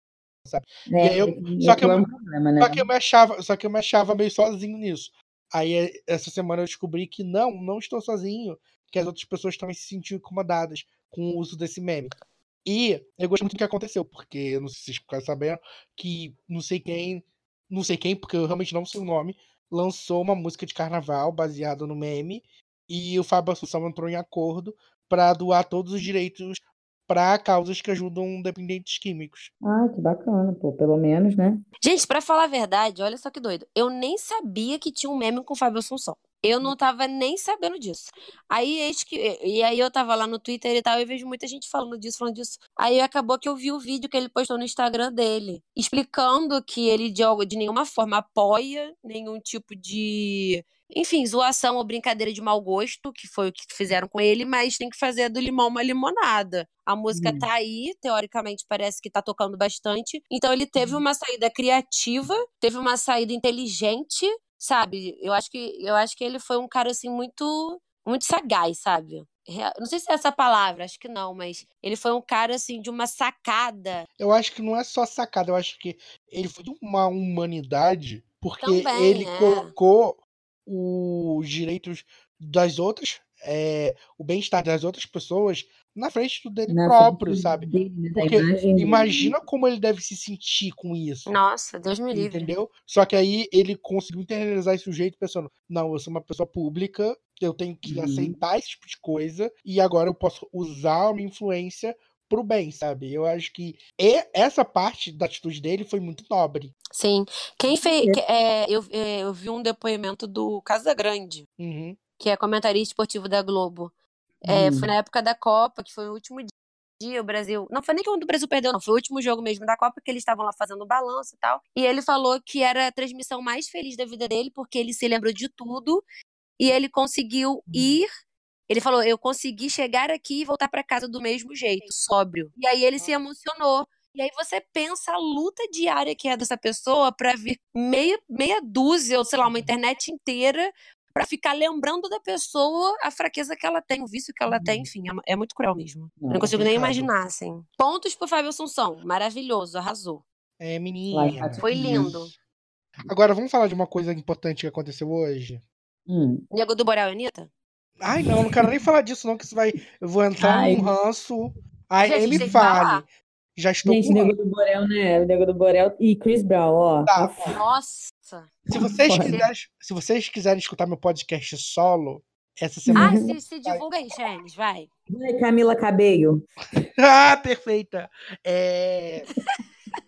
S8: É,
S7: aí eu-
S8: dependendo
S7: só que eu-
S8: do problema, né?
S7: Só que eu me achava, só que eu me achava meio sozinho nisso. Aí eh, essa semana eu descobri que não, não estou sozinho, que as outras pessoas também se sentiam incomodadas com o uso desse meme. E eu gostei muito do que aconteceu, porque eu não sei se vocês ficaram sabendo que não sei quem, não sei quem, porque eu realmente não sei o nome, lançou uma música de carnaval baseada no meme e o Fábio Assunção entrou em acordo para doar todos os direitos para causas que ajudam dependentes químicos.
S8: Ah, que bacana, pô, pelo menos, né?
S4: Gente, pra falar a verdade, olha só que doido. Eu nem sabia que tinha um meme com o Fábio Assunção. Eu não tava nem sabendo disso. Aí eis que e aí eu tava lá no Twitter e tal, e vejo muita gente falando disso, falando disso. Aí acabou que eu vi o vídeo que ele postou no Instagram dele, explicando que ele de algo- de nenhuma forma apoia nenhum tipo de, enfim, zoação ou brincadeira de mau gosto, que foi o que fizeram com ele, mas tem que fazer do limão uma limonada. A música
S8: Hum.
S4: tá aí, teoricamente parece que tá tocando bastante. Então ele teve uma saída criativa, teve uma saída inteligente, sabe? Eu acho que eu acho que ele foi um cara assim muito muito sagaz, sabe? Rea- Não sei se é essa palavra, acho que não, mas ele foi um cara assim de uma sacada
S7: Eu acho que não é só sacada, eu acho que ele foi de uma humanidade, porque
S4: Também,
S7: ele
S4: é.
S7: colocou os direitos das outras, é, o bem-estar das outras pessoas na frente do dele
S8: Na
S7: É próprio,
S8: frente
S7: sabe?
S8: dele, né, da
S7: Porque
S8: imagem dele.
S7: Imagina como ele deve se sentir com isso.
S4: Nossa, Deus me livre.
S7: Entendeu? Só que aí ele conseguiu internalizar esse sujeito pensando: não, eu sou uma pessoa pública, eu tenho que
S8: Uhum.
S7: aceitar esse tipo de coisa, e agora eu posso usar a minha influência pro bem, sabe? Eu acho que e- essa parte da atitude dele foi muito nobre.
S4: Sim. Quem fez. que- é, eu, é, eu vi um depoimento do Casagrande,
S7: Uhum.
S4: que é comentarista esportivo da Globo. É,
S8: Hum.
S4: foi na época da Copa, que foi o último dia, o Brasil. Não foi nem quando o Brasil perdeu, não. Foi o último jogo mesmo da Copa, que eles estavam lá fazendo o balanço e tal. E ele falou que era a transmissão mais feliz da vida dele, porque ele se lembrou de tudo e ele conseguiu ir. Ele falou: Eu consegui chegar aqui e voltar pra casa do mesmo jeito, sóbrio. E aí ele se emocionou. E aí você pensa a luta diária que é dessa pessoa pra vir meia, meia dúzia, ou sei lá, uma internet inteira, pra ficar lembrando da pessoa a fraqueza que ela tem, o vício que ela
S8: Uhum.
S4: tem, enfim, é, mu- é muito cruel mesmo. Eu não consigo nem
S7: complicado.
S4: imaginar, assim. Pontos pro Fábio Assunção. Maravilhoso, arrasou.
S7: É,
S8: Vai,
S7: menina.
S8: Tati.
S4: Foi lindo.
S7: Agora vamos falar de uma coisa importante que aconteceu hoje.
S8: Hum.
S4: Nego do Boreal e Anitta?
S7: Ai, não, não quero nem falar disso, não, que isso vai. Eu vou entrar
S8: Ai.
S7: num ranço. Ai,
S4: Gente,
S7: ele
S4: tem que
S7: fale.
S4: falar.
S7: Já estou
S8: Gente,
S7: com ranço.
S8: Nego do Borel, né? O Nego do Borel e Chris Brown, ó.
S7: Tá,
S8: Af-
S4: Nossa.
S7: Se vocês,
S8: Olha.
S7: quiserem, se vocês quiserem escutar meu podcast solo, essa semana.
S4: Ah,
S8: Uhum.
S4: se, se divulga aí, Xenis, vai.
S8: Vai, Camila Cabello.
S7: Ah, perfeita! É,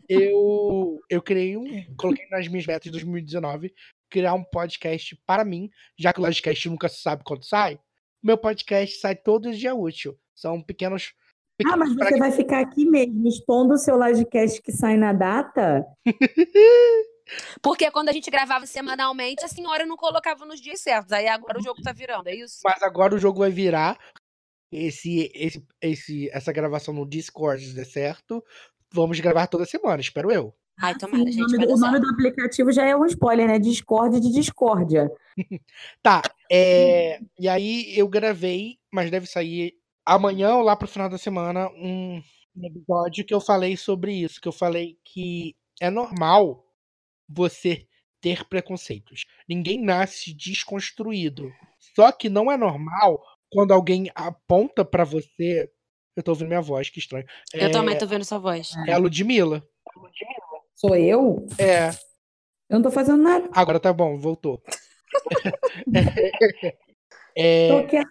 S7: eu, eu criei um. Coloquei nas minhas metas de 2019 criar um podcast para mim, já que o Lodcast nunca se sabe quando sai. Meu podcast sai todo dia útil. São pequenos.
S8: Ah, mas
S7: pequenos
S8: você vai ficar aqui mesmo, expondo o seu livecast que sai na data?
S4: Porque quando a gente gravava semanalmente, a senhora não colocava nos dias certos. Aí agora o jogo tá virando, é isso?
S7: Mas agora o jogo vai virar. Esse, esse, esse, essa gravação no Discord, se der certo, vamos gravar toda semana, espero eu.
S4: Ai, tomara,
S8: Sim, o
S4: gente.
S8: nome,
S4: Vai
S8: do-
S4: dar
S8: o nome
S4: certo.
S8: do aplicativo já é um spoiler, né? Discord de discórdia.
S7: Tá, é,
S4: Uhum.
S7: e aí eu gravei, mas deve sair amanhã ou lá pro final da semana um episódio que eu falei sobre isso, que eu falei que é normal você ter preconceitos. Ninguém nasce desconstruído. Só que não é normal quando alguém aponta pra você. Eu tô ouvindo minha voz, que estranho.
S4: Eu
S7: é,
S4: também tô vendo sua voz.
S7: É a Ludmilla.
S8: Sou eu?
S7: É,
S8: Eu não tô fazendo nada.
S7: agora tá bom, voltou. é,
S8: Tô quieto.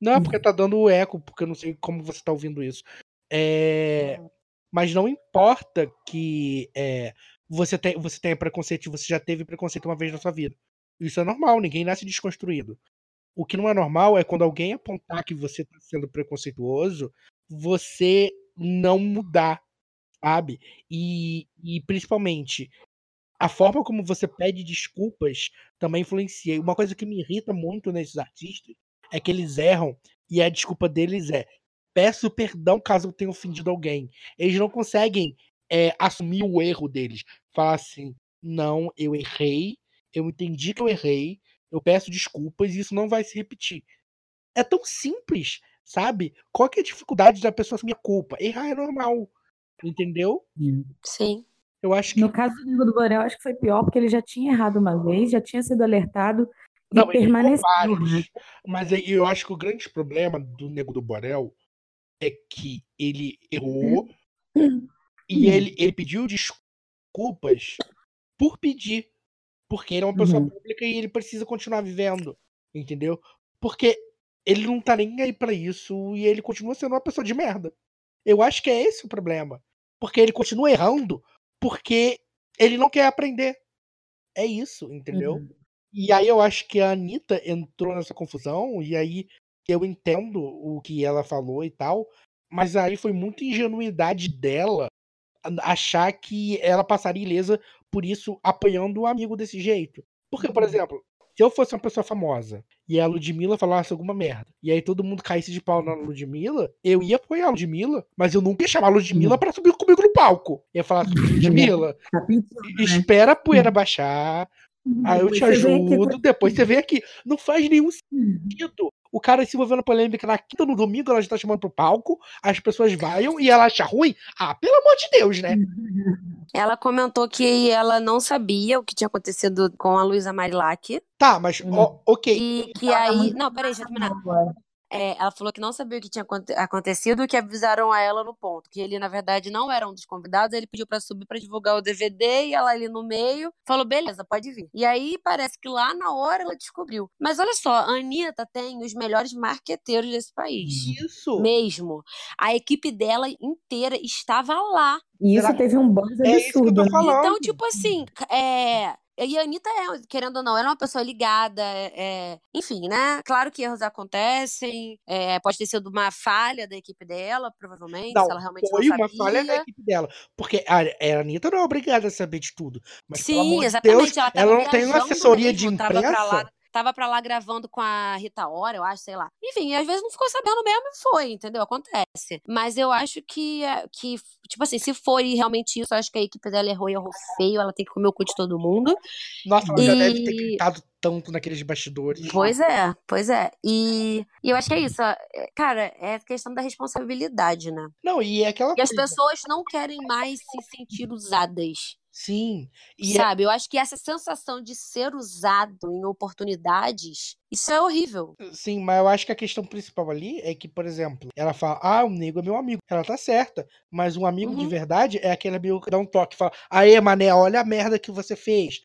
S7: Não, é porque tá dando eco, porque eu não sei como você tá ouvindo isso. É, Mas não importa que é, você, te- você tenha preconceito, você já teve preconceito uma vez na sua vida. Isso é normal, ninguém nasce desconstruído. O que não é normal é quando alguém apontar que você tá sendo preconceituoso, você não mudar, sabe? E, e principalmente, a forma como você pede desculpas também influencia. E Uma coisa que me irrita muito nesses artistas é que eles erram e a desculpa deles é peço perdão caso eu tenha ofendido alguém. Eles não conseguem é, assumir o erro deles. Falar assim, não, eu errei, eu entendi que eu errei, eu peço desculpas e isso não vai se repetir. É tão simples, sabe? Qual que é a dificuldade da pessoa assumir a culpa? Errar é normal, entendeu?
S4: Sim.
S7: Eu acho que...
S8: No caso do Nego do Borel, acho que foi pior, porque ele já tinha errado uma vez, já tinha sido alertado e
S7: Não, ele errou
S8: permaneceu. né?
S7: vários. Mas aí eu acho que o grande problema do Nego do Borel é que ele errou
S8: Uhum.
S7: e ele, ele pediu desculpas por pedir. Porque ele é uma pessoa
S8: Uhum.
S7: pública e ele precisa continuar vivendo. Entendeu? Porque ele não tá nem aí pra isso e ele continua sendo uma pessoa de merda. Eu acho que é esse o problema. Porque ele continua errando porque ele não quer aprender. É isso, entendeu? E aí eu acho que a Anitta entrou nessa confusão, e aí eu entendo o que ela falou e tal, mas aí foi muita ingenuidade dela a- achar que ela passaria ilesa por isso apanhando o amigo desse jeito. Porque, por exemplo, se eu fosse uma pessoa famosa e a Ludmilla falasse alguma merda, e aí todo mundo caísse de pau na Ludmilla, eu ia apoiar a Ludmilla, mas eu nunca ia chamar a Ludmilla pra subir comigo no palco. Eu ia falar, Ludmilla,
S8: Tá pintando, né?
S7: espera a poeira baixar, Aí Ah, eu te
S8: Você vem aqui
S7: ajudo, depois você vem aqui. Não faz nenhum sentido. O cara se envolvendo na polêmica na quinta, no domingo, ela já tá chamando pro palco, as pessoas vaiam e ela acha ruim. Ah, pelo amor de Deus,
S4: Hum.
S7: né?
S4: Ela comentou que ela não sabia o que tinha acontecido com a Luísa Marilac.
S7: Tá, mas
S4: Hum.
S7: ó, ok.
S4: E que
S8: tá
S4: aí. Não, peraí, deixa eu terminar. É, ela falou que não sabia o que tinha aconte- acontecido e que avisaram a ela no ponto. Que ele, na verdade, não era um dos convidados. Ele pediu pra subir pra divulgar o DVD e ela ali no meio falou: beleza, pode vir. E aí parece que lá na hora ela descobriu. Mas olha só, a Anitta tem os melhores marqueteiros desse país.
S7: Isso.
S4: Mesmo. A equipe dela inteira estava lá.
S8: E isso
S7: Será-
S8: teve um buzz
S7: É isso que eu
S8: absurdo.
S7: tô
S8: né?
S7: falando.
S4: Então, tipo assim, é. E a Anitta é, querendo ou não, ela é uma pessoa ligada, é, é, enfim, né? Claro que erros acontecem, é, pode ter sido uma falha da equipe dela, provavelmente,
S7: Não,
S4: se ela realmente
S7: foi
S4: não
S7: uma falha da
S4: sabia.
S7: equipe dela. Porque a, a Anitta não é obrigada a saber de tudo. Mas, pelo
S4: Sim,
S7: amor de
S4: exatamente,
S7: Deus,
S4: ela
S7: ela,
S4: tava
S7: não tem uma
S4: viajando
S7: assessoria de
S4: mesmo, tava
S7: imprensa.
S4: pra lá, tava pra lá gravando com a Rita Ora, eu acho, sei lá. Enfim, às vezes não ficou sabendo mesmo e foi, entendeu? Acontece. Mas eu acho que, é, que tipo assim, se for e realmente isso, eu acho que a equipe dela errou e errou feio, ela tem que comer o cu de todo mundo.
S7: Nossa, ela já deve ter
S4: E-
S7: gritado tanto naqueles bastidores.
S4: Pois é, pois é. E, e eu acho que é isso. ó. É, Cara, é questão da responsabilidade, né?
S7: Não, e é aquela
S4: E as
S7: coisa.
S4: pessoas não querem mais se sentir usadas,
S7: Sim. E é-
S4: sabe? Eu acho que essa sensação de ser usado em oportunidades, isso é horrível.
S7: Sim, mas eu acho que a questão principal ali é que, por exemplo, ela fala, ah, o nego é meu amigo. Ela tá certa, mas um amigo de
S4: Uhum.
S7: verdade é aquele amigo que dá um toque e fala, aê, mané, olha a merda que você fez.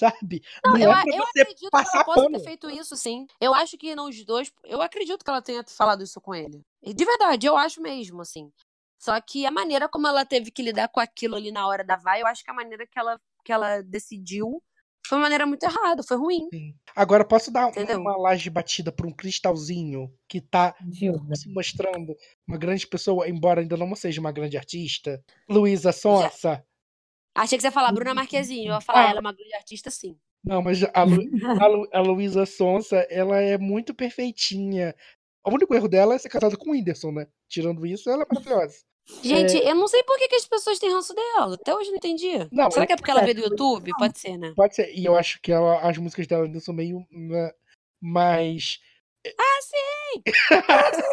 S7: sabe?
S4: Não, eu,
S7: é pra
S4: eu
S7: você
S4: acredito que
S7: passar
S4: ela possa
S7: pano.
S4: ter feito isso, sim. Eu acho que não os dois. Eu acredito que ela tenha falado isso com ele. E De verdade, eu acho mesmo, assim. Só que a maneira como ela teve que lidar com aquilo ali na hora da vai, eu acho que a maneira que ela, que ela decidiu foi uma maneira muito errada, foi ruim.
S7: Agora, posso dar um
S4: Entendeu?
S7: uma laje batida pra um cristalzinho que tá
S4: Né.
S8: Dilda.
S7: se mostrando uma grande pessoa, embora ainda não seja uma grande artista? Luísa Sonsa.
S4: Achei que você ia falar Bruna Marquezine. Eu ia falar,
S7: Ah.
S4: ela é uma grande artista, sim.
S7: Não, mas a, Lu, a, Lu- a Luísa Sonsa, ela é muito perfeitinha. O único erro dela é ser casada com o Whindersson, né? Tirando isso, ela é maravilhosa.
S4: Gente, eu não sei por que, que as pessoas têm ranço dela. Até hoje eu não entendi.
S7: Não,
S4: Será
S7: eu-
S4: que é porque ela veio do YouTube? Pode ser, né?
S7: Pode ser. E eu acho que ela- as músicas dela ainda são meio. né, Mas.
S4: Ah, sim,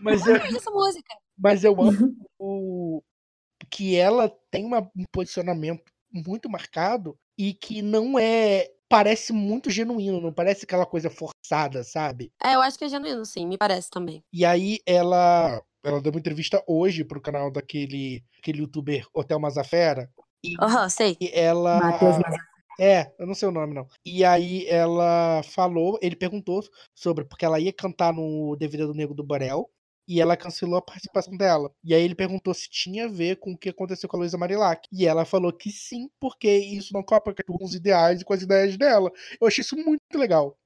S7: Mas
S4: eu
S7: eu,
S4: gosto dessa música.
S7: mas eu amo o, que ela tem uma- um posicionamento muito marcado e que não é. Parece muito genuíno, não parece aquela coisa forçada, sabe?
S4: É, eu acho que é genuíno, sim, me parece também.
S7: E aí ela. Ela deu uma entrevista hoje pro canal daquele aquele youtuber Hotel Mazafera.
S4: Aham, sei.
S7: E ela.
S8: Ah. Matheus Mazzarotti.
S7: É, eu não sei o nome, não. E aí ela falou, ele perguntou sobre, porque ela ia cantar no DVD do Nego do Borel, e ela cancelou a participação dela. E aí ele perguntou se tinha a ver com o que aconteceu com a Luísa Marilac. E ela falou que sim, porque isso não copa com os ideais e com as ideias dela. Eu achei isso muito legal.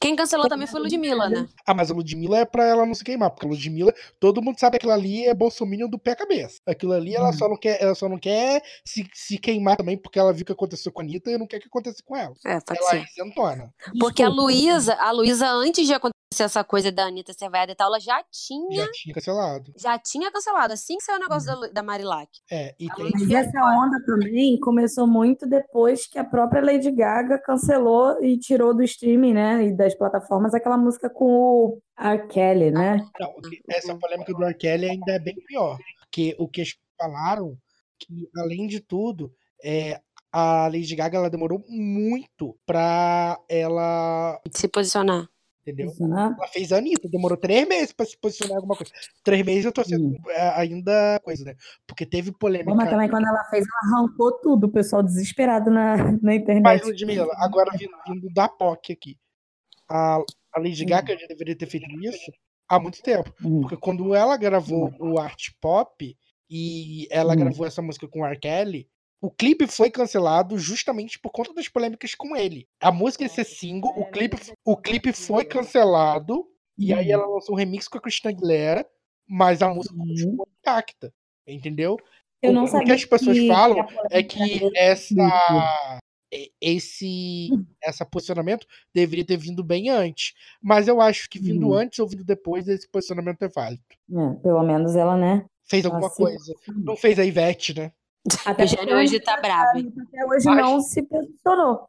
S4: Quem cancelou também foi Ludmilla, né?
S7: Ah, mas a Ludmilla é pra ela não se queimar, porque a Ludmilla, todo mundo sabe que aquilo ali é bolsominion do pé à cabeça. Aquilo ali
S4: Uhum.
S7: ela só não quer, ela só não quer se, se queimar também, porque ela viu o que aconteceu com a Anitta e não quer que aconteça com ela.
S4: É, pode
S7: Ela é
S4: ser.
S7: isentona.
S4: Porque
S8: né?
S4: a Luísa, a Luísa, antes de acontecer essa coisa da Anitta ser vaiada e tal, ela já tinha,
S7: Já tinha cancelado.
S4: já tinha cancelado, assim que saiu o negócio da, Lu- da Marilac.
S7: É, e tem.
S8: Mas essa onda também começou muito depois que a própria Lady Gaga cancelou e tirou do streaming, né, e das plataformas aquela música com o R. Kelly, né?
S4: é
S7: Não, o que- essa polêmica do R. Kelly ainda é bem pior. Porque o que eles falaram, que além de tudo, é, a Lady Gaga ela demorou muito pra ela.
S4: Se posicionar.
S7: Entendeu?
S8: Isso, né?
S7: Ela fez a Anitta, demorou três meses pra se posicionar em alguma coisa. Três meses eu tô sendo é, ainda coisa, né? Porque teve polêmica.
S8: Bom, mas também quando ela fez, ela arrancou tudo, o pessoal desesperado na, na
S7: Mas,
S8: internet.
S7: Ludmilla, agora vindo, vindo da POC aqui. A, a Lady Gaga já deveria ter feito isso há muito tempo.
S8: Hum.
S7: Porque quando ela gravou o Art Pop e ela
S8: Hum.
S7: gravou essa música com o R. Kelly, o clipe foi cancelado justamente por conta das polêmicas com ele. A música ia ser single, o clipe, o clipe foi
S8: Hum.
S7: cancelado e aí ela lançou um remix com a Christina Aguilera, mas a
S8: Hum.
S7: música continuou intacta. Entendeu?
S8: Eu não
S7: o que
S8: sabia
S7: as pessoas
S8: que-
S7: falam
S8: que a
S7: é que
S8: Hum.
S7: essa e- esse essa posicionamento deveria ter vindo bem antes, mas eu acho que vindo
S8: Uhum.
S7: antes ou vindo depois esse posicionamento é válido.
S8: É, pelo menos ela, né?
S7: Fez alguma
S8: Nossa,
S7: coisa. Não fez a Ivete, né?
S8: Até
S4: o Jânio
S8: porque
S4: hoje tá bravo. hein?
S8: Até hoje
S7: Mas-
S8: não se posicionou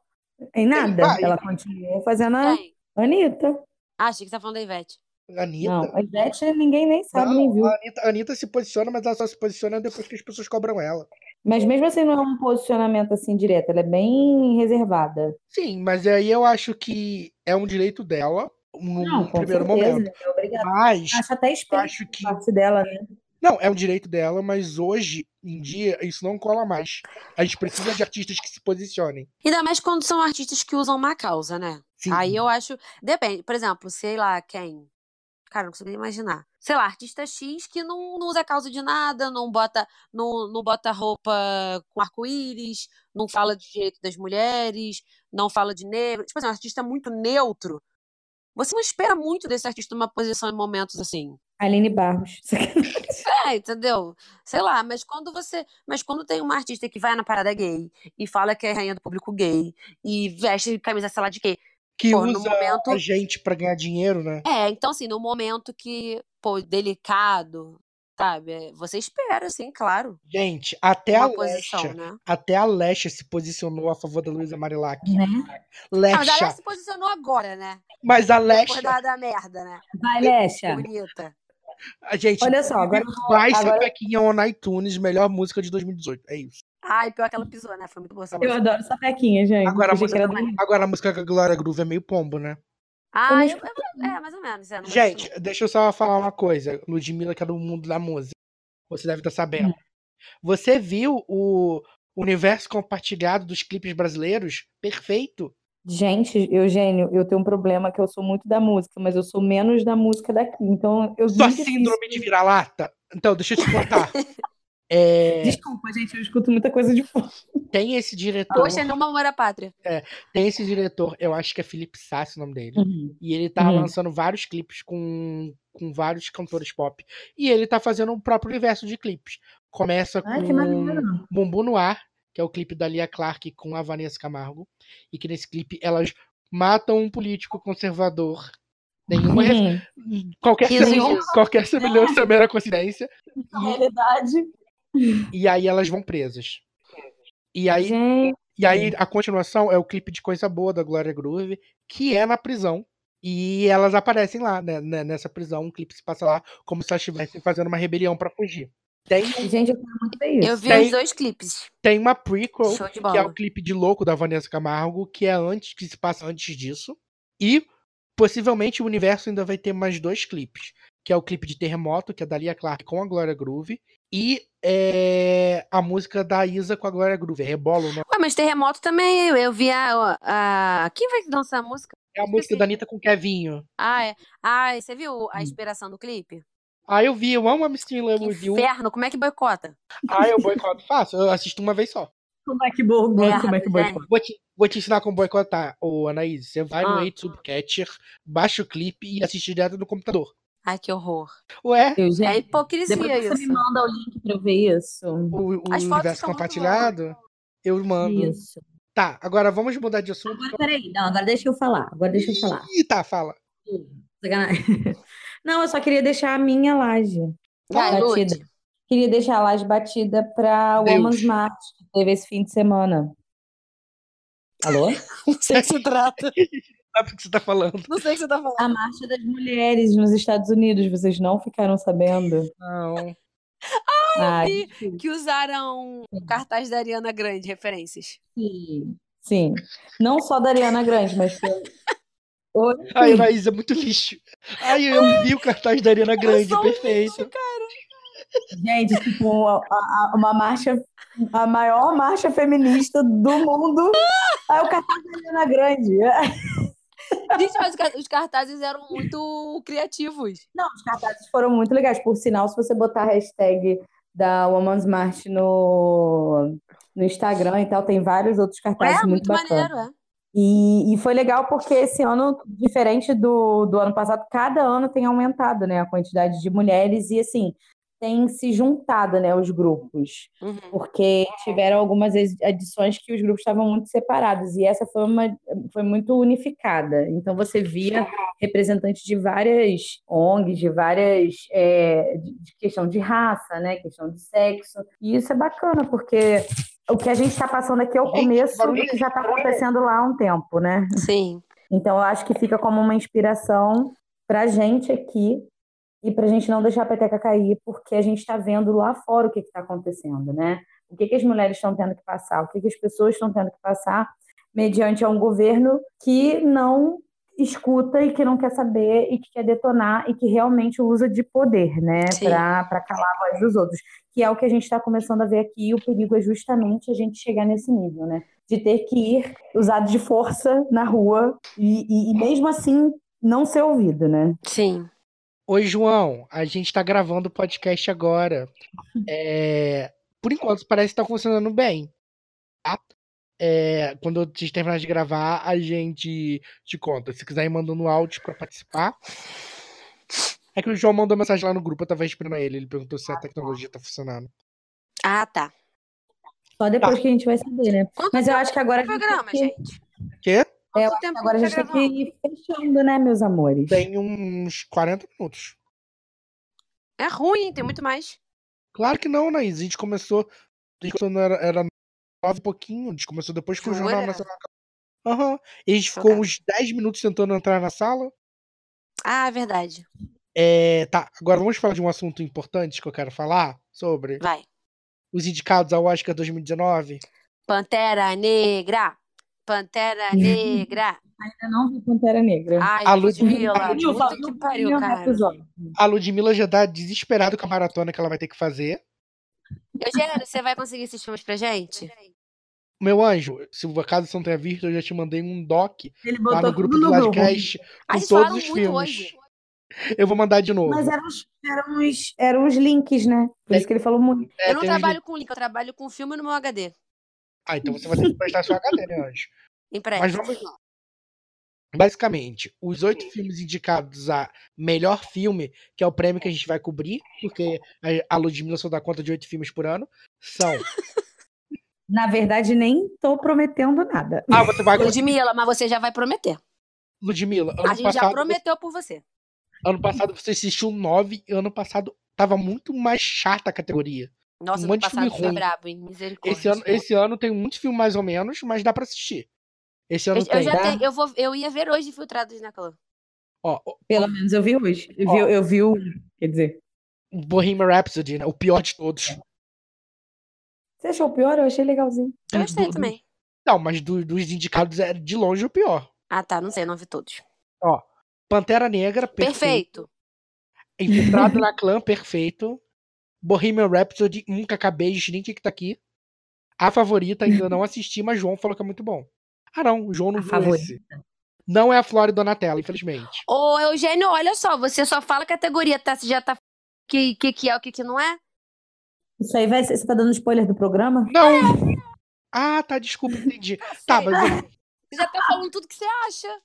S8: em nada.
S7: vai.
S8: Ela continuou fazendo a
S4: Quem?
S8: Anitta.
S4: Ah, achei que você tá falando da Ivete.
S7: Anitta.
S8: Não, a Ivete ninguém nem sabe, nem viu.
S7: Não, a Anitta, a Anitta se posiciona, mas ela só se posiciona depois que as pessoas cobram ela.
S8: Mas mesmo assim não é um posicionamento assim direto, ela é bem reservada.
S7: Sim, mas aí eu acho que é um direito dela no
S8: com certeza,
S7: primeiro momento.
S8: né? É obrigada.
S7: Mas
S8: Acho até
S7: eu
S8: esperto
S7: acho que
S8: a parte dela, né?
S7: Não, é um direito dela, mas hoje em dia isso não cola mais. A gente precisa de artistas que se posicionem.
S4: Ainda mais quando são artistas que usam uma causa, né?
S7: Sim.
S4: Aí eu acho. Depende. Por exemplo, sei lá, quem. Cara, não consigo nem imaginar. Sei lá, artista X que não, não usa causa de nada, não bota, não, não bota roupa com arco-íris, não fala de direito das mulheres, não fala de negro. Tipo assim, um artista muito neutro. Você não espera muito desse artista numa posição em momentos assim.
S8: Aline Barros.
S4: É, entendeu? Sei lá, mas quando você. Mas quando tem uma artista que vai na parada gay e fala que é rainha do público gay e veste camisa, sei lá de quê.
S7: Que
S4: Pô, no
S7: usa
S4: momento-
S7: a gente pra ganhar dinheiro, né?
S4: É, então assim, no momento que, pô, delicado, sabe? É, Você espera, assim, claro,
S7: Gente, até
S4: uma
S7: É a
S4: posição,
S7: Lesha,
S4: né?
S7: até a Lesha se posicionou a favor da Luísa Marilac.
S8: Né?
S7: é
S4: Ah, mas a Alex
S7: Lesha,
S4: se posicionou agora, né?
S7: mas a
S4: Depois
S7: Lesha,
S4: da, da merda, né?
S8: Vai, Lecha.
S4: Bonita.
S7: a gente
S8: Olha só, agora
S7: baixa
S8: agora-
S7: a Pequinha on iTunes, melhor música de 2018. É isso.
S4: Ai, pior que ela pisou, né? Foi muito boa essa
S8: eu
S4: música.
S8: adoro sapequinha, gente.
S7: Tá Agora a
S8: Achei que
S7: música, tá
S8: era do-
S7: agora a música com a Glória Groove é meio pombo, né?
S4: Ah,
S8: Eu
S4: eu- eu- é, mais ou menos. É, não gosto
S7: Gente, deixa eu só falar uma coisa.
S8: Hum.
S7: Ludmilla, que é do mundo da música. Você deve estar sabendo. Você tá viu o, universo compartilhado dos clipes brasileiros, perfeito.
S8: Gente, Eugênio, eu tenho um problema que eu sou muito da música, mas eu sou menos da música daqui. Então, eu
S7: Sua
S8: bem difícil-
S7: síndrome de vira-lata. Então, deixa eu te contar. É,
S8: Desculpa, gente, eu escuto muita coisa de fora.
S7: tem esse diretor,
S4: Poxa, não amor à pátria.
S7: tem esse diretor, eu acho que é Felipe Sassi o nome dele. E ele tá
S8: Uhum.
S7: lançando vários clipes com, com vários cantores pop. E ele tá fazendo o próprio universo de clipes. Começa
S8: Ai, que
S7: com
S8: maravilha.
S7: Bumbum no Ar, que é o clipe da Lia Clark com a Vanessa Camargo. E que nesse clipe elas matam um político conservador. Nenhuma ref-
S8: Uhum.
S7: qualquer,
S4: Jesus.
S7: semelhança, qualquer semelhança é mera coincidência.
S8: Na realidade,
S7: E aí elas vão presas. E aí,
S8: gente,
S7: e aí a continuação é o clipe de Coisa Boa da Glória Groove, que é na prisão. E elas aparecem lá, né, né, nessa prisão. Um clipe se passa lá como se elas estivessem fazendo uma rebelião pra fugir. Tem,
S8: gente, eu quero muito ver isso.
S4: Eu vi
S7: Tem-
S4: os dois clipes.
S7: tem uma prequel,
S4: Show de
S7: que é o
S4: bola.
S7: clipe de Louco da Vanessa Camargo, que é antes, que se passa antes disso. E possivelmente o universo ainda vai ter mais dois clipes, que é o clipe de Terremoto, que é da Lia Clark com a Glória Groove, e é, a música da Isa com a Glória Groove, é Rebola, não
S4: Ué, mas terremoto também. Eu vi a. a- a- Quem vai dançar a música?
S7: é a música da
S4: assim,
S7: Anitta com o Kevinho.
S4: Ah, é. Ah, você viu a inspiração do clipe?
S7: Ah, eu vi, Hum. eu um. amo a Mistin
S4: Que
S7: Love You.
S4: inferno, como é que boicota?
S7: Ah, eu boicoto fácil, eu assisto uma vez só.
S8: Como é que boa, como é que boa.
S4: Merda,
S7: Vou te, vou te ensinar como boicotar, ô Anaís. Você vai no
S4: Ah.
S7: YouTube Catcher, baixa o clipe e assiste direto no computador.
S4: Ai, que horror.
S7: Ué,
S4: É
S8: Eugênio,
S4: hipocrisia
S8: depois você me
S4: isso.
S8: manda o link pra eu ver isso.
S7: o, o
S4: As fotos
S7: universo
S4: são muito
S7: compartilhado, eu mando.
S8: Isso.
S7: Tá, agora vamos mudar de assunto.
S8: Agora, peraí, não, agora deixa eu falar, agora deixa eu falar.
S7: Ih, tá, fala.
S8: Sacanagem. Não, eu só queria deixar a minha laje
S4: Vai,
S8: batida.
S4: Lud.
S8: Queria deixar a laje batida para o
S7: Deus.
S8: Woman's March, que teve esse fim de semana. Alô?
S4: Não sei o que se trata.
S7: Sabe o que você tá falando?
S4: Não sei o que você tá falando.
S8: A Marcha das Mulheres nos Estados Unidos, vocês não ficaram sabendo?
S7: Não.
S8: Ai,
S4: vi. Que usaram o cartaz da Ariana Grande, referências.
S8: sim. Sim. Não só da Ariana Grande, mas foi. Oi?
S7: Ai, Anaís, é muito lixo. Ai, eu vi o cartaz da Ariana Grande,
S4: sou um
S7: perfeito.
S8: Gente, tipo, a- a- uma marcha, a maior marcha feminista do mundo. Aí o cartaz da Ariana Grande. É.
S4: Gente, mas o ca- os cartazes eram muito criativos.
S8: Não, os cartazes foram muito legais. Por sinal, se você botar a hashtag da Woman's March no, no Instagram e tal, tem vários outros
S4: É,
S8: cartazes muito
S4: muito
S8: bacanas.
S4: maneiro, é.
S8: E, e foi legal porque esse ano, diferente do, do ano passado, cada ano tem aumentado, né, a quantidade de mulheres e, assim, tem se juntado, né, os grupos.
S4: Uhum.
S8: Porque tiveram algumas edi- edições que os grupos estavam muito separados e essa foi uma foi muito unificada. Então você via representantes de várias ONGs, de várias é, de de questão de raça, né, questão de sexo. E isso é bacana porque o que a gente está passando aqui é o
S7: Gente,
S8: começo do
S7: barulho.
S8: que já está acontecendo lá há um tempo, né?
S4: Sim.
S8: Então, eu acho que fica como uma inspiração para gente aqui e para gente não deixar a peteca cair, porque a gente está vendo lá fora o que está acontecendo, né? O que, que as mulheres estão tendo que passar, o que, que as pessoas estão tendo que passar mediante a um governo que não escuta e que não quer saber e que quer detonar e que realmente usa de poder, né,
S4: Sim.
S8: para calar a voz dos outros, que é o que a gente está começando a ver aqui e o perigo é justamente a gente chegar nesse nível, né, de ter que ir usado de força na rua e, e- e mesmo assim não ser ouvido, né?
S4: Sim.
S7: Oi, João. A gente tá gravando o podcast agora. É, Por enquanto, parece que tá funcionando bem. Tá? É, Quando a gente terminar de gravar, a gente te conta. Se quiser ir mandando um áudio pra participar. É que o João mandou mensagem lá no grupo, eu tava esperando ele. Ele perguntou se a tecnologia tá funcionando.
S4: Ah, tá.
S8: Só depois que a gente vai saber, né?
S4: Quanto
S8: Mas eu acho que agora a gente
S4: programa,
S8: tem que-
S4: gente?
S7: Quê?
S8: É, eu
S4: Quanto tempo
S8: agora a gente
S4: tá
S8: tem que ir fechando, né, meus amores?
S7: Tem uns 40 minutos.
S4: É ruim, tem muito mais.
S7: Claro que não, Anaís. A gente começou. A gente começou, era, era nove e pouquinho. A gente começou depois que o Jornal
S4: Jura?
S7: Nacional acabou. Aham. E a gente ficou
S4: Chocada.
S7: uns 10 minutos tentando entrar na sala.
S4: Ah, é verdade.
S7: É, tá, agora vamos falar de um assunto importante que eu quero falar sobre
S4: Vai.
S7: os indicados ao Oscar 2019.
S4: Pantera Negra. Pantera Negra.
S8: Ainda não vi Pantera Negra.
S4: Ai,
S7: A Lud-
S4: Ludmilla.
S7: a Lud-
S4: Puta que pariu, cara.
S7: A Ludmilla já tá desesperada com a maratona que ela vai ter que fazer.
S4: Eugênio, você vai conseguir esses filmes pra gente?
S7: Meu anjo, se por acaso você não tenha visto, eu já te mandei um doc
S6: Ele
S7: lá
S6: botou
S7: no grupo
S6: tudo
S7: do
S6: no Google.
S7: podcast
S4: A
S7: com
S4: gente
S7: todos
S4: fala
S7: os
S4: muito
S7: filmes.
S4: hoje.
S7: Eu vou mandar de novo.
S6: é,
S8: Mas eram os, eram os, eram os links, né? Por isso que ele falou muito.
S7: É,
S4: eu não
S7: tem uns
S4: trabalho com link, eu trabalho com filme no meu HD.
S7: Ah, então você vai ter que prestar sua HD, né, Anjo? Mas
S4: Empréstimo.
S7: vamos lá. Basicamente, os
S4: Hum.
S7: oito filmes indicados a melhor filme, que é o prêmio que a gente vai cobrir, porque a- a Ludmilla só dá conta de oito filmes por ano, são.
S8: Na verdade, nem tô prometendo nada.
S7: Ah, você vai.
S4: Ludmilla, mas você já vai prometer.
S7: Ludmilla,
S4: A
S7: ano
S4: gente já
S7: passado,
S4: prometeu por você.
S7: ano passado você assistiu nove, e ano passado tava muito mais chata a categoria.
S4: Nossa,
S7: Um
S4: no
S7: monte de filme
S4: passado foi
S7: ruim.
S4: brabo, hein? Misericórdia.
S7: Esse ano, esse ano tem muitos filmes mais ou menos, mas dá pra assistir. Esse ano
S4: Eu,
S7: tem. né?
S4: eu já
S8: tá?
S4: tenho- eu, vou, eu ia ver hoje Infiltrados na Clã.
S7: Ó,
S8: Pelo menos eu vi hoje. Eu vi,
S7: Ó.
S8: eu vi o. um, Quer dizer.
S7: Bohemian Rhapsody, né? O pior de todos.
S4: É.
S8: Você achou pior? Eu achei legalzinho.
S4: Eu gostei
S7: Do-
S4: também.
S7: Não, mas do- dos indicados é de longe o pior.
S4: Ah, tá, não sei, não vi todos.
S7: Pantera Negra, perfeito.
S4: Perfeito.
S7: Infiltrado na Clã, perfeito. Bohemian Rhapsody, nunca acabei, Shrink que tá aqui. A favorita, ainda não assisti, mas João falou que é muito bom. Ah, não, o João não
S6: A
S7: viu
S6: favorita.
S7: esse. Não é a Flora e Donatella, infelizmente.
S4: Ô, Eugênio, olha só, você só fala categoria, tá? Você já tá. O que, que, que é, o que, que não é?
S8: Isso aí vai ser. Você tá dando spoiler do programa?
S7: Não! Ah, tá, desculpa, entendi. Tá,
S4: Sei,
S7: mas eu-
S4: Você já tá falando tudo que você acha.